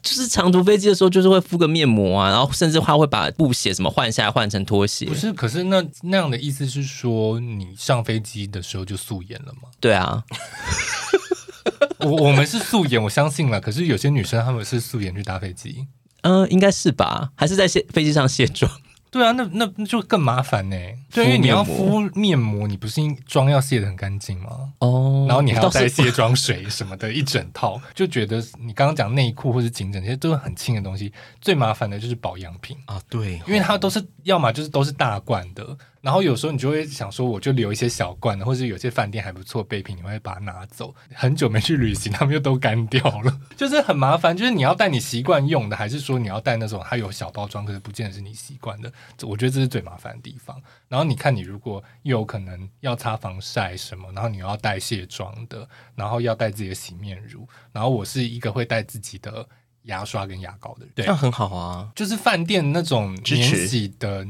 Speaker 1: 就是长途飞机的时候，就是会敷个面膜啊，然后甚至她会把布鞋什么换下来，换成拖鞋
Speaker 2: 不。是，可是那那样的意思是说，你上飞机的时候就素颜了吗？
Speaker 1: 对啊，
Speaker 2: 我我们是素颜，我相信了。可是有些女生她们是素颜去搭飞机，
Speaker 1: 嗯、应该是吧？还是在卸飞机上卸妆？
Speaker 2: 对啊，那那那就更麻烦呢、对，
Speaker 3: 敷
Speaker 2: 因为你要
Speaker 3: 面
Speaker 2: 敷面膜，你不是应妆要卸的很干净吗？
Speaker 1: 哦，
Speaker 2: 然后你还要
Speaker 1: 倒是
Speaker 2: 带卸妆水什么的，一整套，就觉得你刚刚讲内裤或是颈枕，这些都是很轻的东西。最麻烦的就是保养品。
Speaker 3: 啊，对，
Speaker 2: 因为它都是要么就是都是大罐的，然后有时候你就会想说，我就留一些小罐的，或者有些饭店还不错备品，你会把它拿走。很久没去旅行，他们又都干掉了， 就是很麻烦。就是你要带你习惯用的，还是说你要带那种它有小包装，可是不见得是你习惯的？这我觉得这是最麻烦的地方。然后你看，你如果又有可能要擦防晒什么，然后你又要带卸妆的，然后要带自己的洗面乳，然后我是一个会带自己的牙刷跟牙膏的人，对
Speaker 3: 那很好啊。
Speaker 2: 就是饭店那种
Speaker 3: 支持
Speaker 2: 免洗的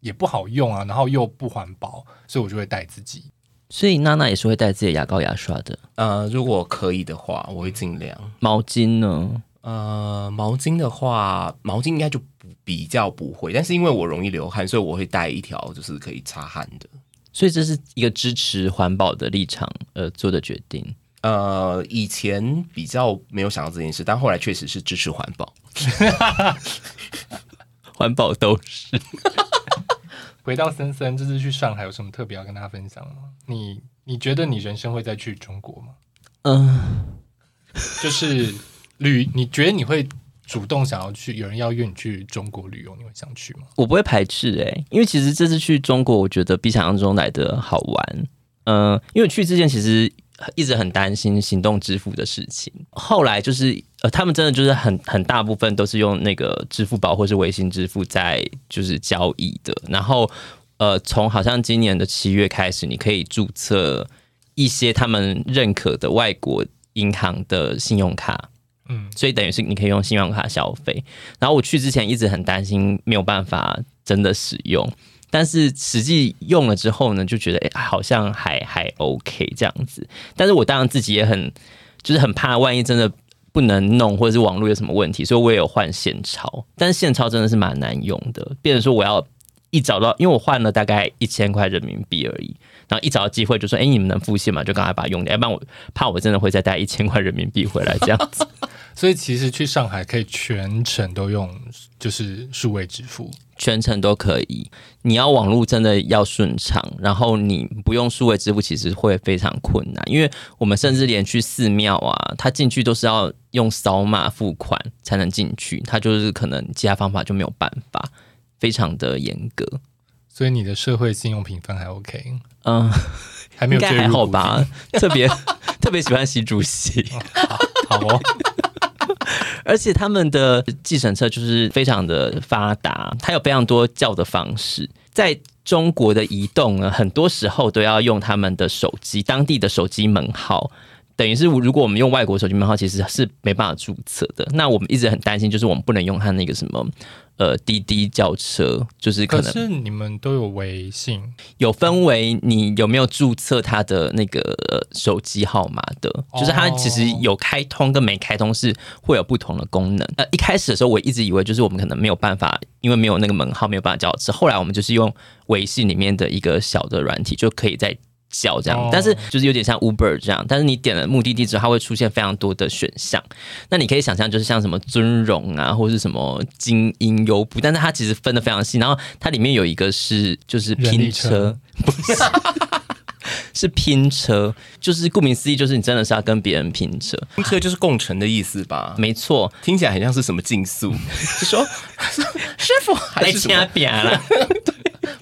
Speaker 2: 也不好用啊，然后又不环保，所以我就会带自己。
Speaker 1: 所以娜娜也是会带自己的牙膏、牙刷的。
Speaker 3: 呃，如果可以的话，我会尽量。
Speaker 1: 毛巾呢？
Speaker 3: 呃，毛巾的话，毛巾应该就不比较不会，但是因为我容易流汗，所以我会带一条就是可以擦汗的。
Speaker 1: 所以这是一个支持环保的立场呃做的决定。
Speaker 3: 呃，以前比较没有想到这件事，但后来确实是支持环保。
Speaker 1: 环保都是
Speaker 2: 回到森森，这次去上海有什么特别要跟大家分享吗？你你觉得你人生会再去中国吗？
Speaker 1: 嗯。
Speaker 2: 就是旅，你觉得你会主动想要去，有人要约你去中国旅游，你会想去吗？
Speaker 1: 我不会排斥诶、因为其实这次去中国，我觉得比想象中来的好玩。嗯、因为我去之前其实一直很担心行动支付的事情，后来就是呃，他们真的就是很很大部分都是用那个支付宝或是微信支付在就是交易的，然后呃，从好像今年的七月开始，你可以注册一些他们认可的外国银行的信用卡，
Speaker 2: 嗯，
Speaker 1: 所以等于是你可以用信用卡消费。然后我去之前一直很担心没有办法真的使用，但是实际用了之后呢，就觉得诶哎好像还还 OK 这样子。但是我当然自己也很就是很怕，万一真的不能弄，或者是网络有什么问题，所以我也有换现钞，但是现钞真的是蛮难用的，变成说我要。一找到，因为我换了大概一千块人民币而已，然后一找到机会就说：“哎、你们能付现吗？”就赶快把它用掉，要不然我怕我真的会再带一千块人民币回来这样子。
Speaker 2: 所以其实去上海可以全程都用，就是数位支付。
Speaker 1: 全程都可以。你要网络真的要顺畅，然后你不用数位支付，其实会非常困难，因为我们甚至连去寺庙啊，他进去都是要用扫码付款才能进去，他就是可能其他方法就没有办法，非常的严格。
Speaker 2: 所以你的社会信用评分还 OK，
Speaker 1: 嗯，
Speaker 2: 还没
Speaker 1: 应
Speaker 2: 有
Speaker 1: 该
Speaker 2: 坠
Speaker 1: 还
Speaker 2: 入
Speaker 1: 好
Speaker 2: 谷底
Speaker 1: 吧？特别 特别喜欢习主席，
Speaker 2: 好 哦，
Speaker 1: 而且他们的计程车就是非常的发达，它有非常多叫的方式。在中啊国的移动呢，很多时候都要用他们的手机，当地的手机门号。等于是如果我们用外国手机门号，其实是没办法注册的。那我们一直很担心，就是我们不能用它那个什么呃滴滴叫车，就是可
Speaker 2: 可
Speaker 1: 能
Speaker 2: 是你们都有微信
Speaker 1: 有分为你有没有注册它的那个呃手机号码的，就是它其实有开通跟没开通是会有不同的功能。呃，一开始的时候我一直以为就是我们可能没有办法，因为没有那个门号没有办法叫车。后来我们就是用微信里面的一个小的软体就可以在。叫这样
Speaker 2: 哦，
Speaker 1: 但是就是有点像 Uber 这样，但是你点了目的地之后，它会出现非常多的选项。那你可以想象，就是像什么尊荣啊，或是什么精英优步，但是它其实分的非常细。然后它里面有一个是就是
Speaker 2: 人力
Speaker 1: 拼
Speaker 2: 车
Speaker 1: 车，不是。是拼车，就是顾名思义，就是你真的是要跟别人拼车，
Speaker 3: 拼车就是共乘的意思吧？
Speaker 1: 没错。
Speaker 3: 听起来很像是什么竞速，就说 师傅还
Speaker 1: 来
Speaker 3: 是什么，
Speaker 1: 扁了，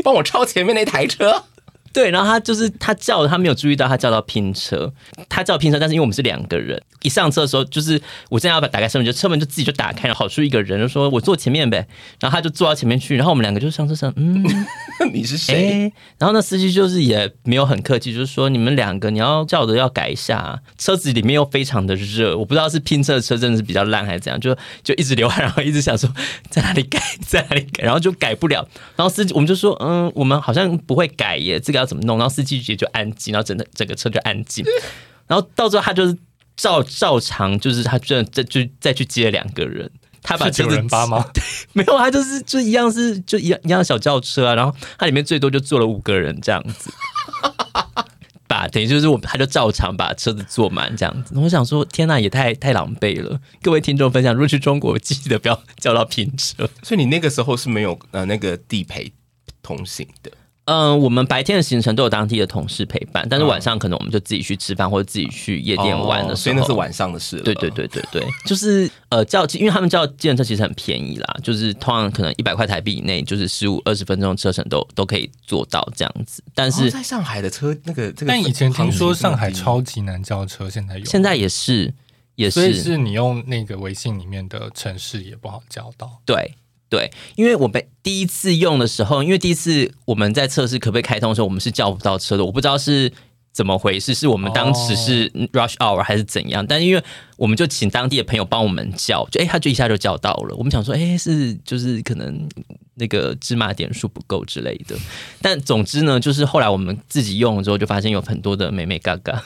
Speaker 3: 帮我超前面那台车。
Speaker 1: 对，然后他就是他叫，他没有注意到他叫到拼车，他叫拼车，但是因为我们是两个人，一上车的时候，就是我正要把打开车门，就车门就自己就打开了，好出一个人就说我坐前面呗，然后他就坐到前面去，然后我们两个就上车上，嗯，
Speaker 3: 你是
Speaker 1: 哎、
Speaker 3: 谁？
Speaker 1: 然后那司机就是也没有很客气，就是说你们两个你要叫的要改一下、啊，车子里面又非常的热，我不知道是拼车的车真的是比较烂还是怎样，就就一直流汗，然后一直想说在哪里改， 在哪里改，然后就改不了。然后司机我们就说，嗯，我们好像不会改耶，这个要怎么弄？然后司机也就安静，然后整个整个车就安静。然后到最后他就是照照常，就是他真的再就再去接两个人。他把
Speaker 2: 是
Speaker 1: 车
Speaker 2: 九
Speaker 1: 子
Speaker 2: 人 八吗？
Speaker 1: 没有，他就是就一样是就一样一样的小轿车啊，然后它里面最多就坐了五个人这样子。 把等于就是我，他就照常把车子坐满这样子。我想说，天呐，也太太狼狈了！各位听众分享，如果去中国，记得不要叫到拼车。
Speaker 3: 所以你那个时候是没有呃那个地陪同行的。
Speaker 1: 嗯，我们白天的行程都有当地的同事陪伴，但是
Speaker 3: 嗯
Speaker 1: 晚上可能我们就自己去吃饭或者自己去夜店玩的
Speaker 3: 哦
Speaker 1: 时
Speaker 3: 所
Speaker 1: 候，
Speaker 3: 以那是晚上的事了。
Speaker 1: 对对，对对对，就是呃叫，因为他们叫计程车其实很便宜啦，就是通常可能一百块台币以内，就是十五二十分钟的车程都都可以做到这样子。但
Speaker 3: 是、
Speaker 1: 是
Speaker 3: 哦在上海的车那个这个。
Speaker 2: 但以前听说上海
Speaker 3: 超，
Speaker 2: 超级难叫车，现在有吗
Speaker 1: 现在也是也
Speaker 2: 所以
Speaker 1: 是
Speaker 2: 是你用那个微信里面的城市也不好叫到。
Speaker 1: 对。对，因为我们第一次用的时候，因为第一次我们在测试可不可以开通的时候，我们是叫不到车的，我不知道是怎么回事，是我们当时是 rush hour 还是怎样？但因为我们就请当地的朋友帮我们叫，就哎、他就一下就叫到了。我们想说，哎、是就是可能那个芝麻点数不够之类的。但总之呢，就是后来我们自己用了之后，就发现有很多的美美嘎嘎。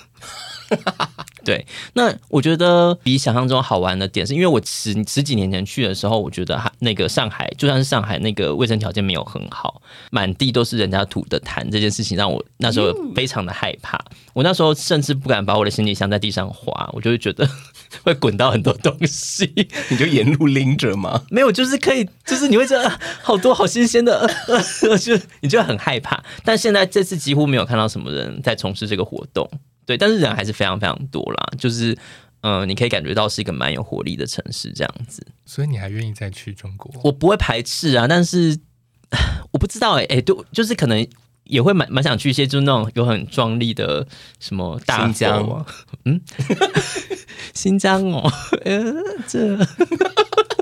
Speaker 1: 对，那我觉得比想象中好玩的点是，因为我十十几年前去的时候，我觉得哈那个上海，就算是上海那个卫生条件没有很好，满地都是人家吐的痰，这件事情让我那时候非常的害怕。我那时候甚至不敢把我的行李箱在地上滑，我就会觉得 会滚到很多东西。
Speaker 3: 你就沿路拎着 吗？
Speaker 1: 没有，就是可以，就是你会觉得啊好多好新鲜的，呃呃呃就你就很害怕。但现在这次几乎没有看到什么人在从事这个活动，对，但是人还是非常非常多啦。就是，嗯、你可以感觉到是一个蛮有活力的城市这样子。
Speaker 2: 所以你还愿意再去中国？
Speaker 1: 我不会排斥啊，但是 我不知道哎、哎、对，就是可能也会蛮蛮想去一些就是那种有很壮丽的什么大佛啊
Speaker 3: 新疆，
Speaker 1: 嗯， 新疆哦， 呃，这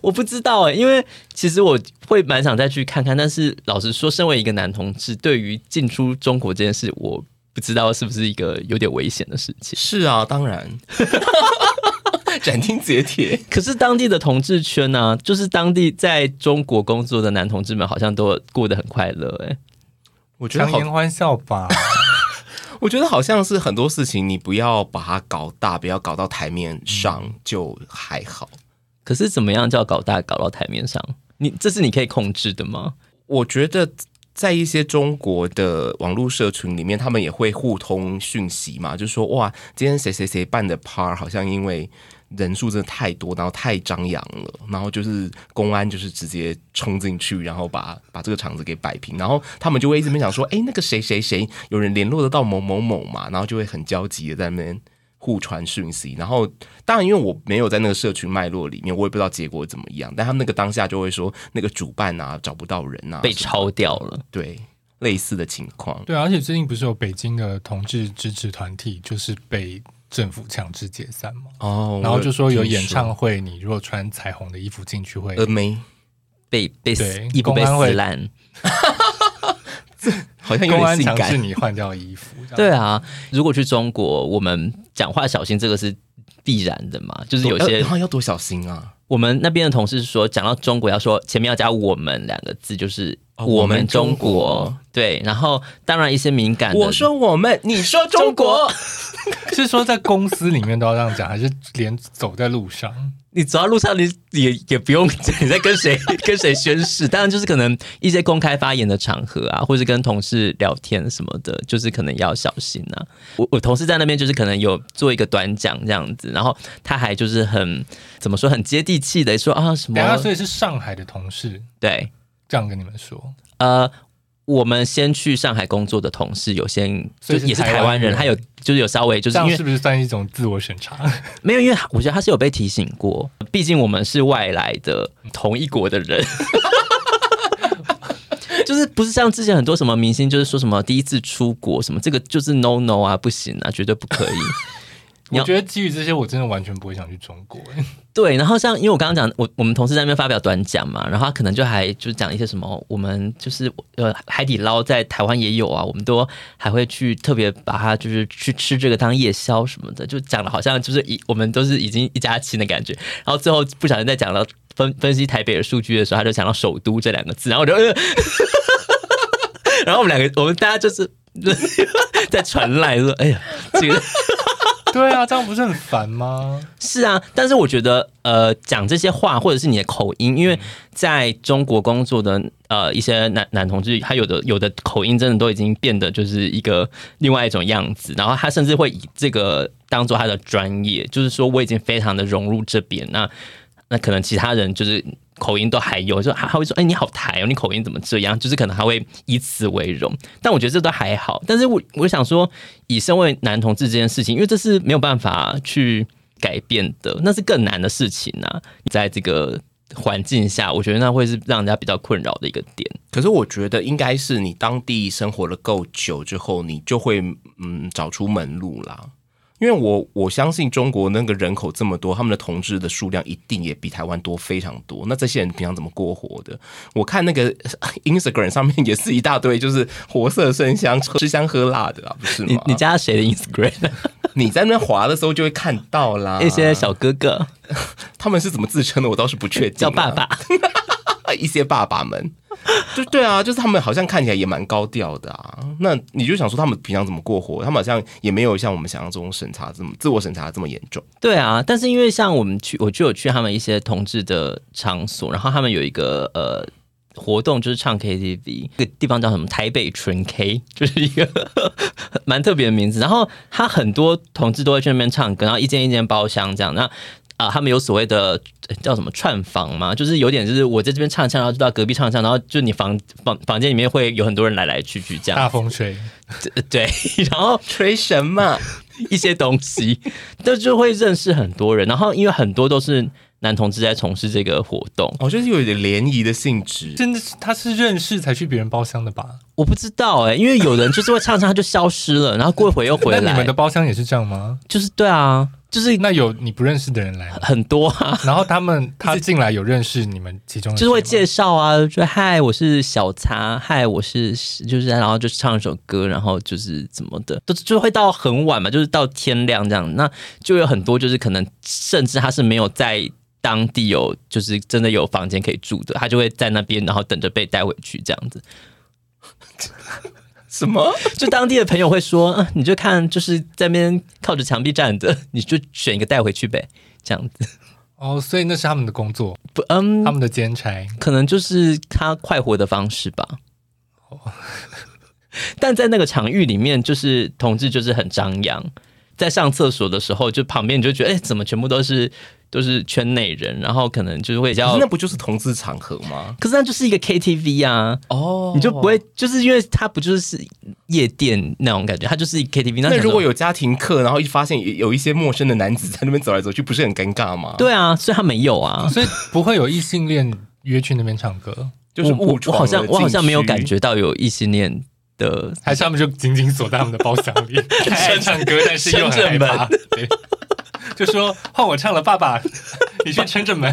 Speaker 1: 我不知道哎、因为其实我会蛮想再去看看，但是老实说，身为一个男同志，对于进出中国这件事，我。不知道是不是一个有点危险的事情，
Speaker 3: 是啊，当然， 斩钉截铁。
Speaker 1: 可是当地的同志圈呢、就是当地在中国工作的男同志们，好像都过得很快乐哎、
Speaker 3: 我觉得
Speaker 2: 强
Speaker 3: 好
Speaker 2: 颜欢笑吧，
Speaker 3: 我觉得好像是很多事情，你不要把它搞大，不要搞到台面上就还好。
Speaker 1: 可是怎么样叫搞大搞到台面上？你这是你可以控制的吗？
Speaker 3: 我觉得在一些中国的网络社群里面，他们也会互通讯息嘛，就说哇，今天谁谁谁办的趴，好像因为人数真的太多，然后太张扬了，然后就是公安就是直接冲进去，然后把把这个场子给摆平，然后他们就会一直没想说，哎，那个谁谁谁有人联络得到某某某嘛，然后就会很焦急的在那边。互传讯息，然后当然，因为我没有在那个社群脉络里面，我也不知道结果怎么样。但他们那个当下就会说，那个主办啊找不到人啊，
Speaker 1: 被抄掉了，
Speaker 3: 对类似的情况。
Speaker 2: 对啊，而且最近不是有北京的同志支持团体就是被政府强制解散吗？
Speaker 3: 哦
Speaker 2: 然后就说有演唱会，你如果穿彩虹的衣服进去
Speaker 3: 呃
Speaker 2: 会
Speaker 3: 峨眉，
Speaker 1: 被被
Speaker 2: 对
Speaker 1: 衣服被
Speaker 2: 公安会
Speaker 1: 撕烂，
Speaker 3: 好像有
Speaker 2: 公
Speaker 3: 点
Speaker 2: 安
Speaker 3: 性
Speaker 2: 强制
Speaker 3: 感。
Speaker 2: 你换掉衣服，这样
Speaker 1: 对啊，如果去中国，我们讲话小心，这个是必然的嘛。就是有
Speaker 3: 呃
Speaker 1: 些
Speaker 3: 然后要多小心啊！
Speaker 1: 我们那边的同事说，讲到中国要说前面要加“我们”两个字，就是
Speaker 3: 哦
Speaker 1: 我们
Speaker 3: 我
Speaker 1: 中
Speaker 3: 们中国
Speaker 1: 国。对，然后当然一些敏感的，
Speaker 3: 我说我们，你说中国，
Speaker 2: 是说在公司里面都要这样讲，还是连走在路 上？
Speaker 1: 你走到路上，你也也不用你在跟谁 跟谁宣誓，当然就是可能一些公开发言的场合啊，或是跟同事聊天什么的，就是可能要小心啊。我我同事在那边就是可能有做一个短讲这样子，然后他还就是很怎么说很接地气的说啊什
Speaker 2: 等一下，
Speaker 1: 么
Speaker 2: 所以是上海的同事
Speaker 1: 对
Speaker 2: 这样跟你们说，
Speaker 1: 呃。我们先去上海工作的同事，有些
Speaker 2: 所
Speaker 1: 就
Speaker 2: 以
Speaker 1: 是也
Speaker 2: 是
Speaker 1: 是
Speaker 2: 台湾
Speaker 1: 台湾
Speaker 2: 人
Speaker 1: 人，他有就是有稍微就
Speaker 2: 这
Speaker 1: 是因
Speaker 2: 样
Speaker 1: 为
Speaker 2: 是不是算一种自我审查？
Speaker 1: 没有，因为我觉得他是有被提醒过，毕竟我们是外来的同一国的人。 就是不是像之前很多什么明星，就是说什么第一次出国什么，这个就是 no no 啊，不行啊，绝对不可以。你
Speaker 2: 我
Speaker 1: 要
Speaker 2: 觉得基于这些，我真的完全不会想去中国。欸
Speaker 1: 对，然后像因为我刚刚讲，我我们同事在那边发表短讲嘛，然后他可能就还就讲一些什么，我们就是呃海底捞在台湾也有啊，我们都还会去特别把它就是去吃这个当夜宵什么的，就讲的好像就是一我们都是已经一家亲的感觉，然后最后不小心在讲到分分析台北的数据的时候，他就讲到首都这两个字，然后我就，呃、 然后我们两个我们大家就是。 在传来说，哎呀，这个
Speaker 2: 对啊，这样不是很烦吗？
Speaker 1: 是啊，但是我觉得，呃，讲这些话或者是你的口音，因为在中国工作的呃一些男男同志，他有的有的口音真的都已经变得就是一个另外一种样子，然后他甚至会以这个当做他的专业，就是说我已经非常的融入这边，那那可能其他人就是口音都还有，就他他会说，哎、你好台哦，你口音怎么这样？就是可能他会以此为荣，但我觉得这都还好。但是我我想说，以身为男同志这件事情，因为这是没有办法去改变的，那是更难的事情啊。在这个环境下，我觉得那会是让人家比较困扰的一个点。
Speaker 3: 可是我觉得应该是你当地生活了够久之后，你就会嗯找出门路啦。因为我我相信中国那个人口这么多，他们的同志的数量一定也比台湾多非常多。那这些人平常怎么过活的？我看那个 Instagram 上面也是一大堆，就是活色生香、吃香喝辣的啊，不是
Speaker 1: 你
Speaker 3: 吗？
Speaker 1: 你加谁的 Instagram？
Speaker 3: 你在那边滑的时候就会看到啦。
Speaker 1: 一些小哥 哥
Speaker 3: 他们是怎么自称的，我倒是不确定啊。
Speaker 1: 叫爸爸，
Speaker 3: 一些爸爸们，就对啊，就是他们好像看起来也蛮高调的啊。那你就想说他们平常怎么过活？他们好像也没有像我们想象中审查这么自我审查这么严重。
Speaker 1: 对啊。但是因为像我们去，我就有去他们一些同志的场所，然后他们有一个呃。活动就是唱 KTV，这个地方叫什么？台北纯 K，就是 一个蛮特别的名字。然后他很多同志都会去那边唱歌，然后一间一间包厢这样。那啊、他们有所谓的呃叫什么串房嘛，就是有点就是我在这边唱一唱，然后就到隔壁唱一唱，然后就你房房房间里面会有很多人来来去去这样。
Speaker 2: 大风吹，
Speaker 1: 对， 然后
Speaker 3: 吹什么？
Speaker 1: 一些东西，但就会认识很多人。然后因为很多都是男同志在从事这个活动，
Speaker 3: 哦，就是有点联谊的性质。
Speaker 2: 真的是他是认识才去别人包厢的吧？
Speaker 1: 我不知道哎、因为有人就是会唱唱他就消失了，然后过一会又回
Speaker 2: 那你们
Speaker 1: 来
Speaker 2: 的，包厢也是这样吗？
Speaker 1: 就是对啊，就是
Speaker 2: 那有你不认识的人来吗，
Speaker 1: 很多啊。
Speaker 2: 然后 他们他进来有认识你们其中的
Speaker 1: 就
Speaker 2: 谁
Speaker 1: 是
Speaker 2: 吗，
Speaker 1: 会介绍啊，就嗨，我是小茶，嗨，我是就是，然后就唱一首歌，然后就是怎么的，都就会到很晚嘛，就是到天亮这样，那就有很多就是可能甚至他是没有在当地有就是真的有房间可以住的，他就会在那边，然后等着被带回去这样子。
Speaker 3: 什么？
Speaker 1: 就当地的朋友会说，啊、你就看就是在那边靠着墙壁站着，你就选一个带回去呗，这样子。
Speaker 2: 哦，所以那是他们的工作，
Speaker 1: 不，嗯
Speaker 2: 他，们的兼差。
Speaker 1: 可能就是他快活的方式吧。
Speaker 3: 哦
Speaker 1: 但在那个场域里面，就是同志就是很张扬，在上厕所的时候，就旁边你就觉得，哎、怎么全部都是都是圈内人，然后可能就是会比
Speaker 3: 可
Speaker 1: 较
Speaker 3: 是哦那，不就是同志场合吗？
Speaker 1: 可是那就是一个 KTV 啊，
Speaker 3: 哦
Speaker 1: 你就不会，就是因为它不就是夜店那种感觉，它就是一个 KTV 那
Speaker 3: 那
Speaker 1: 想说。
Speaker 3: 如果有啊家庭课，然后一发现有有一些陌生的男子在那边走来走去，不是很尴尬吗？，
Speaker 1: 对啊，所以他没有啊。
Speaker 2: 哦所以不会有异性恋约去那边唱歌，
Speaker 3: 就是
Speaker 1: 我我
Speaker 3: 误
Speaker 1: 我
Speaker 3: 闯
Speaker 1: 好像
Speaker 3: 了
Speaker 1: 我好像没有
Speaker 3: 禁区
Speaker 1: 感觉到有异性恋 的
Speaker 2: 还是他们就紧紧锁在他们的包厢 里，太爱唱歌，但是又很害怕，对，就说换我唱了，爸 爸，你去撑 着门，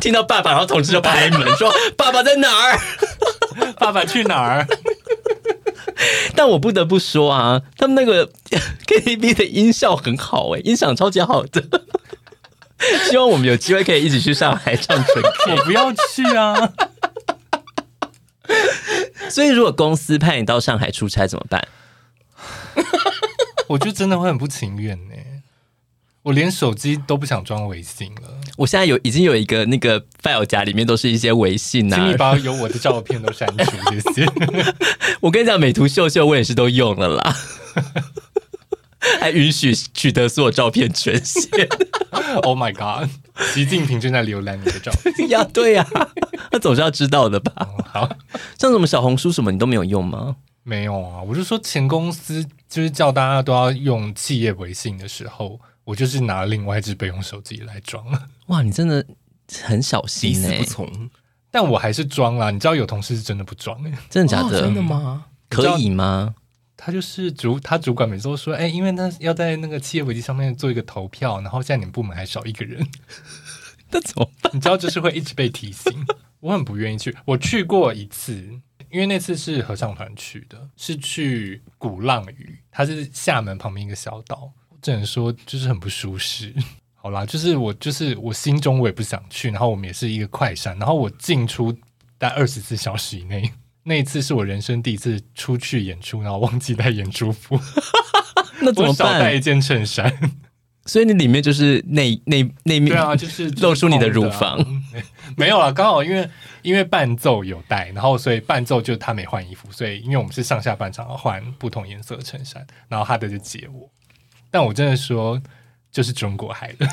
Speaker 1: 听到爸爸，然后同事 就拍门说：“爸爸在哪儿
Speaker 2: 爸爸去哪儿？？”
Speaker 1: 但我不得不说啊，他们那个 KTV 的音效很好哎、音响超级好的。 希望我们有机会可以一起去上海唱春 K。
Speaker 2: 我不要去啊！
Speaker 1: 所以，如果公司派你到上海出差怎么办？
Speaker 2: 我就真的会很不情愿呢、我连手机都不想装微信了，
Speaker 1: 我现在有已经有一个那个 file 夹，里面都是一些微信
Speaker 2: 请
Speaker 1: 啊
Speaker 2: 你。把有我的照片都删除，谢谢。
Speaker 1: 我跟你讲，美图秀秀我也是都用了 啦，还允许取得所有照片权限。
Speaker 2: oh my god！习近平正在浏览你的照片。
Speaker 1: 呀，对呀、他总是要知道的吧？
Speaker 2: 哦好，
Speaker 1: 像什么小红书什么，你都没有用吗？
Speaker 2: 没有啊，我就说前公司就是叫大家都要用企业微信的时候，我就是拿另外一只备用手机来装，
Speaker 1: 哇，你真的很小
Speaker 3: 抵
Speaker 1: 心
Speaker 3: 死
Speaker 1: 哎、
Speaker 3: 不从。
Speaker 2: 但我还是装啦。你知道有同事是真的不装、欸，
Speaker 1: 真的假
Speaker 3: 哦
Speaker 1: 的？
Speaker 3: 真的吗？
Speaker 1: 可以吗？
Speaker 2: 他就是主他主管每次都说，哎、因为他要在那个企业危机上面做一个投票，然后现在你们部门还少一个人，
Speaker 1: 那怎么办？
Speaker 2: 你知道就是会一直被提醒。 我很不愿意去，我去过一次，因为那次是合唱团去的，是去鼓浪屿，它是厦门旁边一个小岛，我只能说就是很不舒适。 好啦，就是我就是我心中我也不想去，然后我们也是一个快闪，然后我进出在二十四小时以内。那一次是我人生第一次出去演出，然后忘记带演出服。
Speaker 1: 那 怎
Speaker 2: 我
Speaker 1: 么
Speaker 2: 少带
Speaker 1: 办
Speaker 2: 一？件衬衫。
Speaker 1: 所以你里面就是内内内面
Speaker 2: 对 啊，就是
Speaker 1: 露出你的乳房。
Speaker 2: 就是空的啊 没有啊，刚好因为因为伴奏有带，然后所以伴奏就他没换衣服，所以因为我们是上下半场要换不同颜色的衬衫，然后他的就解我。但我真的说，就是中国海的，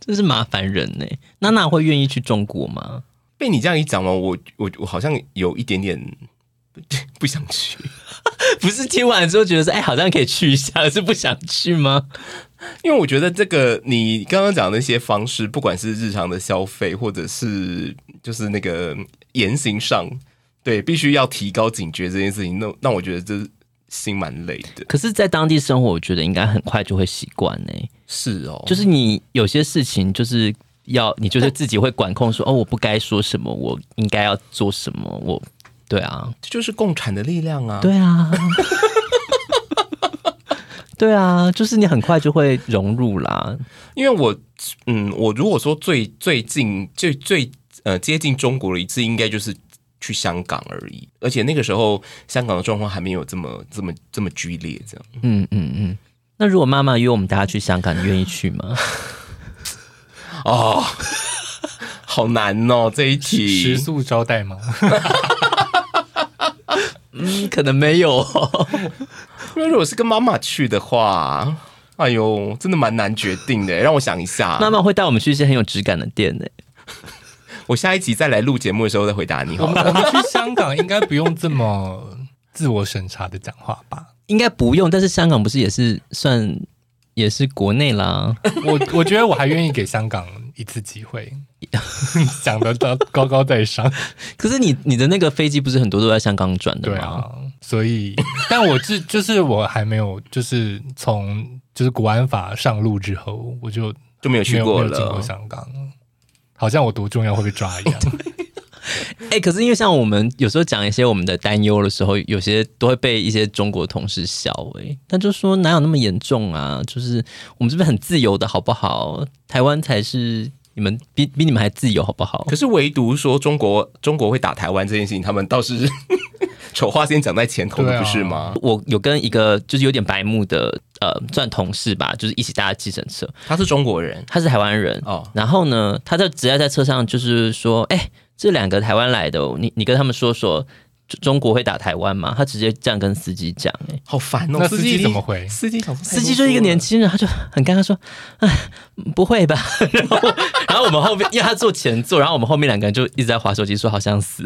Speaker 1: 真是麻烦人呢、娜娜会愿意去中国吗？
Speaker 3: 被你这样一讲完，我我我好像有一点点 不想去。
Speaker 1: 不是听完之后觉得说，哎，好像可以去一下，而是不想去吗？
Speaker 3: 因为我觉得这个你刚刚讲的那些方式，不管是日常的消费，或者是就是那个言行上，对，必须要提高警觉这件事情，那那我觉得这心蛮累的。
Speaker 1: 可是，在当地生活，我觉得应该很快就会习惯呢。
Speaker 3: 是哦，
Speaker 1: 就是你有些事情就是要，你就是自己会管控说，哦，我不该说什么，我应该要做什么，我对啊，
Speaker 3: 这就是共产的力量啊！，
Speaker 1: 对啊， 对啊，就是你很快就会融入啦。
Speaker 3: 因为我嗯，我如果说最最近最最呃接近中国的一次，应该就是去香港而已。而且那个时候香港的状况还没有这么这么这么剧烈，这样。
Speaker 1: 嗯嗯嗯。那如果妈妈约我们大家去香港，你愿意去吗？
Speaker 3: 哦， 好难哦，这一题
Speaker 2: 食宿招待吗？
Speaker 1: 嗯， 可能没有、哦。
Speaker 3: 因为如果是跟妈妈去的话，哎呦，真的蛮难决定 的。让我想一 下，
Speaker 1: 妈妈会带我们去一些很有质感的店呢、
Speaker 3: 我下一集再来录节目的时候再回答你
Speaker 2: 我
Speaker 3: 好了。
Speaker 2: 们我们去香港应该不用这么自我审查的讲话吧？
Speaker 1: 应该不用，但是香港不是也是算也是国内啦。
Speaker 2: 我我觉得我还愿意给香港一次机会， 讲的高高高在上。
Speaker 1: 可是你你的那个飞机不是很多都在香港转的吗？
Speaker 2: 对啊，所以， 但我是就是我还没有，就是从就是国安法上路之后，我就
Speaker 3: 就没有去
Speaker 2: 没有
Speaker 3: 过
Speaker 2: 没有进过
Speaker 3: 了，
Speaker 2: 香港，好像我多重要会被抓 一样。
Speaker 1: 哎、可是因为像我们有时候讲一些我们的担忧的时候，有些都会被一些中国同事笑、哎，他就说哪有那么严重啊？就是我们这边很自由的好不好？台湾才是你们比比你们还自由好不好
Speaker 3: 可？是唯独说中国中国会打台湾这件事情，他们倒是 丑话先讲在前头
Speaker 2: 对
Speaker 3: 的，
Speaker 2: 啊
Speaker 3: 不是吗？
Speaker 1: 我有跟一个就是有点白目的呃，算同事吧，就是一起搭计程车，
Speaker 3: 他是中国人
Speaker 1: 他是台湾人，
Speaker 3: 哦，
Speaker 1: 然后呢，他就直接在车上就是说，哎、这两个台湾来的哦，你你跟他们说说。中中国会打台湾吗？他直接这样跟司机讲、哎。
Speaker 3: 好烦哦。
Speaker 2: 那司机
Speaker 3: 一定
Speaker 2: 怎么回
Speaker 3: 司机想说
Speaker 1: 司机就是一个年
Speaker 3: 轻，
Speaker 1: 轻人，他就很尴尬说：“哎，不会吧？” 然后，然后我们后面，因为他坐前座，然后我们后面两个人就一直在划手机，说好像死。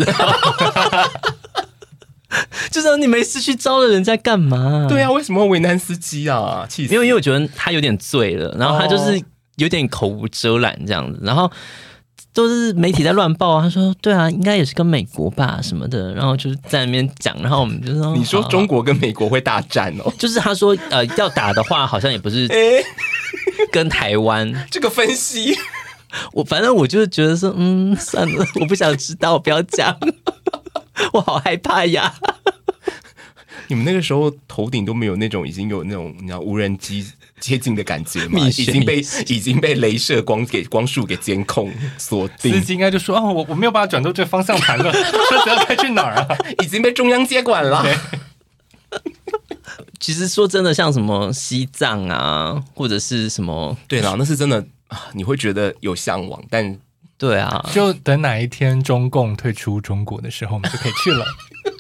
Speaker 1: 就是你没事去招惹人家干嘛？
Speaker 3: 对，啊，为什么会为难司机啊？气死！
Speaker 1: 因为因为我觉得他有点醉了，然后他
Speaker 3: 哦
Speaker 1: 就是有点口无遮拦这样子，然后。都是媒体在乱报啊，他说对啊，应该也是跟美国吧什么的，然后就是在那边讲，然后我们就说
Speaker 3: 你说
Speaker 1: 好啊
Speaker 3: 中国跟美国会大战 哦？
Speaker 1: 就是他说呃要打的话，好像也不 是
Speaker 3: 哎，
Speaker 1: 跟台湾，
Speaker 3: 这个分析，
Speaker 1: 我反正我就是觉得说，嗯，算了， 我不想知道，不要讲，我好害怕呀。
Speaker 3: 你们那个时候头顶都没有那种已经有那种你知道无人机接近的感觉吗？
Speaker 1: 密
Speaker 3: 已
Speaker 1: 室
Speaker 3: 经被已经被镭射光给光束给监控锁
Speaker 2: 司
Speaker 3: 定，
Speaker 2: 机应该就说：“啊，我我没有办法转到这方向盘了， 车子要开去哪儿啊
Speaker 3: 已经被中央接管了。
Speaker 1: 其实说真的，像什么西藏啊，或者是什么，
Speaker 3: 对啦，那是真的，啊你会觉得有向往，但
Speaker 1: 对啊？”，
Speaker 2: 就等哪一天中共退出中国的时候，我们就可以 去了。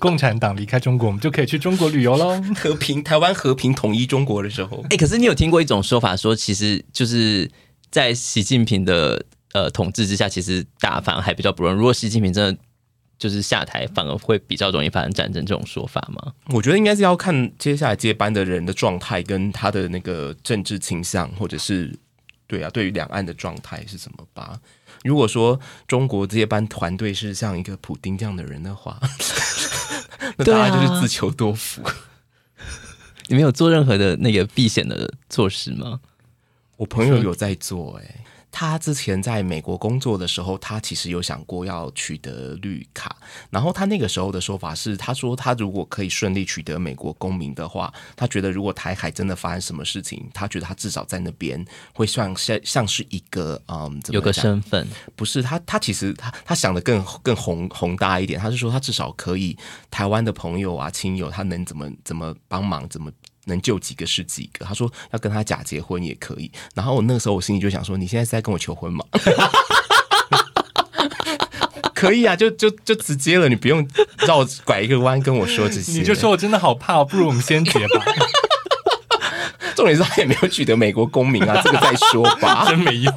Speaker 2: 共产党离开中国，我们就可以去中国旅游喽。
Speaker 3: 和平台湾和平统一中国的时候，
Speaker 1: 哎、可是你有听过一种说法说，其实就是在习近平的呃统治之下，其实大反而还比较不容易。如果习近平真的就是下台，反而会比较容易发生战争这种说法吗？
Speaker 3: 我觉得应该是要看接下来接班的人的状态跟他的那个政治倾向，或者是对啊，对于两岸的状态是什么吧。如果说中国接班团队是像一个普丁这样的人的话， 那
Speaker 1: 对
Speaker 3: 大
Speaker 1: 啊
Speaker 3: 家就是自求多福。
Speaker 1: 你们有做任何的那个避险的措施吗？
Speaker 3: 我朋友有在做、欸，他之前在美国工作的时候，他其实有想过要取得绿卡，然后他那个时候的说法是，他说他如果可以顺利取得美国公民的话，他觉得如果台海真的发生什么事情，他觉得他至少在那边会像像像是一个嗯，怎么
Speaker 1: 有个
Speaker 3: 讲
Speaker 1: 身份，
Speaker 3: 不是他，他其实他他想的更更宏宏大一点，他是说他至少可以台湾的朋友啊亲友，他能怎么怎么帮忙，怎么能救几个是几个。他说要跟他假结婚也可以。然后我那个时候我心里就想说，你现在是在跟我求婚吗？ 可以啊，就就就直接了，你不用绕拐一个弯跟我说这些。
Speaker 2: 你就说我真的好怕哦，不如我们先结 吧，
Speaker 3: 重点是他也没有取得美国公民啊，这个再说吧。
Speaker 2: 真没 用。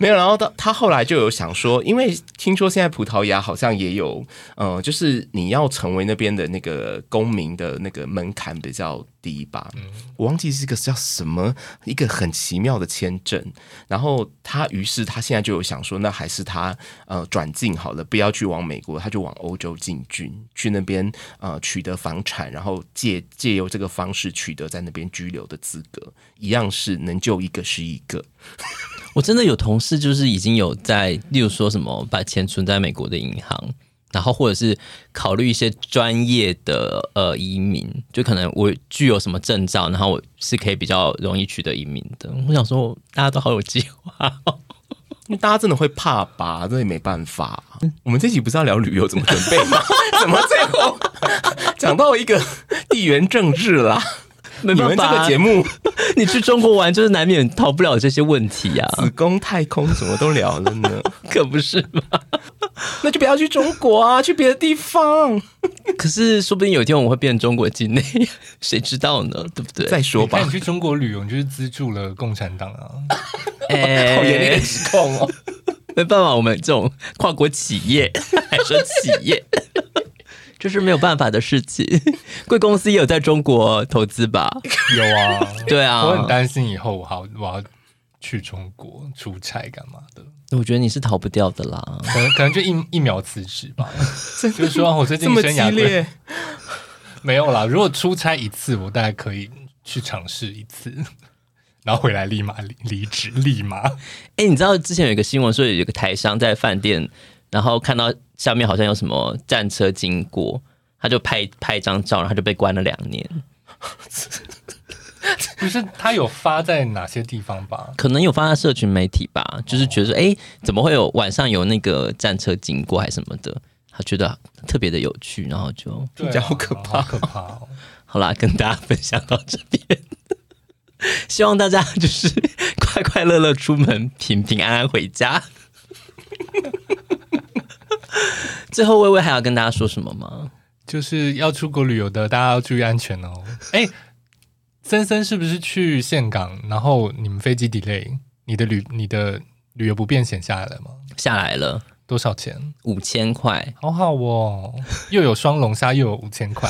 Speaker 3: 没有，然后他他后来就有想说，因为听说现在葡萄牙好像也有，呃，就是你要成为那边的那个公民的那个门槛比较低吧，我忘记是个叫什么一个很奇妙的签证。然后他于是他现在就有想说，那还是他呃转进好了，不要去往美国，他就往欧洲进军，去那边呃取得房产，然后借借由这个方式取得在那边居留的资格，一样是能救一个是一个。
Speaker 1: 我真的有同事就是已经有在，例如说什么把钱存在美国的银行，然后或者是考虑一些专业的呃移民，就可能我具有什么证照，然后我是可以比较容易取得移民的。 我想说，大家都好有计划、哦，
Speaker 3: 因为大家真的会怕吧，这也没办法。
Speaker 2: 嗯
Speaker 3: 我们这集不是要聊旅游怎么准备吗？ 怎么最后 讲到一个地缘政治 啦？
Speaker 1: 没
Speaker 3: 你们这个节目
Speaker 1: 你去中国玩就是难免逃不了这些问题啊呀、
Speaker 3: 子宫太空什么都聊了呢，
Speaker 1: 可不是吗？
Speaker 3: 那就不要去中国啊，去别的地方。
Speaker 1: 可是说不定有一天我们会变成中国境内，谁知道呢？对不对？
Speaker 3: 再说吧
Speaker 2: 那，你去中国旅游，你就是资助了共产党啊。哦
Speaker 1: 哎
Speaker 3: 好严厉的指控哦。
Speaker 1: 没办法，我们这种跨国企业还说企业， 这是没有办法的事情。贵公司也有在中国投资吧？
Speaker 2: 有啊，
Speaker 1: 对啊，
Speaker 2: 我很担心以后我好我要去中国出差干嘛的，
Speaker 1: 我觉得你是逃不掉的啦。
Speaker 2: 可能可能就一一秒辞职 吧。就是说啊我最近
Speaker 3: 这么
Speaker 2: 生
Speaker 3: 激
Speaker 2: 涯规
Speaker 3: 烈，
Speaker 2: 没有啦，如果出差一次，我大概可以去尝试一次。 然后回来立马离离职，立马
Speaker 1: 哎、你知道之前有一个新闻说有一个台商在饭店，然后看到下面好像有什么战车经过，他就拍拍一张照，然后他就被关了两年。
Speaker 2: 不是他有发在哪些地方吧？
Speaker 1: 可能有发在社群媒体吧，就是觉得哎、诶怎么会有晚上有那个战车经过还是什么的，他觉得特别的有趣，然后就
Speaker 2: 对、
Speaker 3: 起
Speaker 2: 啊，
Speaker 3: 来好可
Speaker 2: 好
Speaker 3: 怕
Speaker 2: 可怕哦！
Speaker 1: 好啦，跟大家分享到这边。 希望大家就是快快乐乐出门，平平安安回家。 最后，微微还要跟大家说什么吗？
Speaker 2: 就是要出国旅游的，大家要注意安全哦。 哎，森森是不是去岘港？然后你们飞机 delay，你的旅你的旅游不便险下来了吗？
Speaker 1: 下来了
Speaker 2: 多少钱？
Speaker 1: 五千块，
Speaker 2: 好好哦，又有双龙虾，又有五 千块。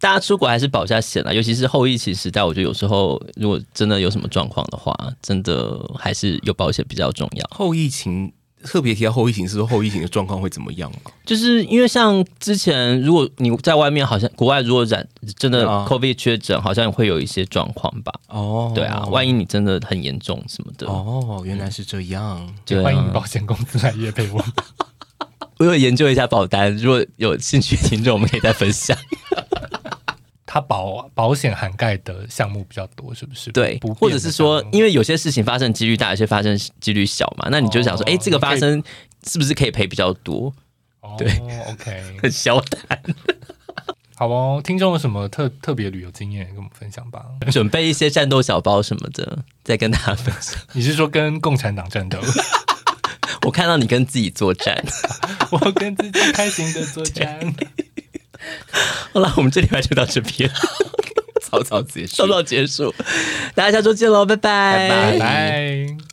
Speaker 1: 大家出国还是保一下险啊啦，尤其是后疫情时代，我觉得有时候如果真的有什么状况的话，真的还是有保险比较重要。
Speaker 3: 后疫情特别提到后疫情，是说后疫情的状况会怎么样吗？
Speaker 1: 就是因为像之前，如果你在外面，好像国外如果染真的
Speaker 3: 对啊
Speaker 1: COVID 确诊，好像会有一些状况吧？
Speaker 3: 哦
Speaker 1: 对啊，万一你真的很严重什么的，
Speaker 3: 哦，原来是这样。
Speaker 1: 对啊啊
Speaker 2: 欢迎保险公司来夜配我。
Speaker 1: 我有研究一下保单，如果有兴趣的听众，我们可以再分享。
Speaker 2: 它保保险涵盖的项目比较多，是不是？
Speaker 1: 对
Speaker 2: 不，
Speaker 1: 或者是说，因为有些事情发生几率大，有些发生几率小嘛，那你就想说，
Speaker 2: 哦
Speaker 1: 哎、这个发
Speaker 2: 你可以
Speaker 1: 生是不是可以赔比较多？
Speaker 2: 对、哦、，OK，
Speaker 1: 很小胆，
Speaker 2: 好哦。听众有什么特特别旅游经验跟我们分享吧？
Speaker 1: 准备一些战斗小包什么的，再跟大家分享。
Speaker 2: 你是说跟共产 党战斗？
Speaker 1: 我看到你跟自己作战，
Speaker 2: 我跟自己开心的作战。
Speaker 1: 好了，我们这礼拜就到这边，
Speaker 3: 草草结束
Speaker 1: 到。到结束，大家下周见喽，拜拜，
Speaker 3: 拜拜
Speaker 2: 拜。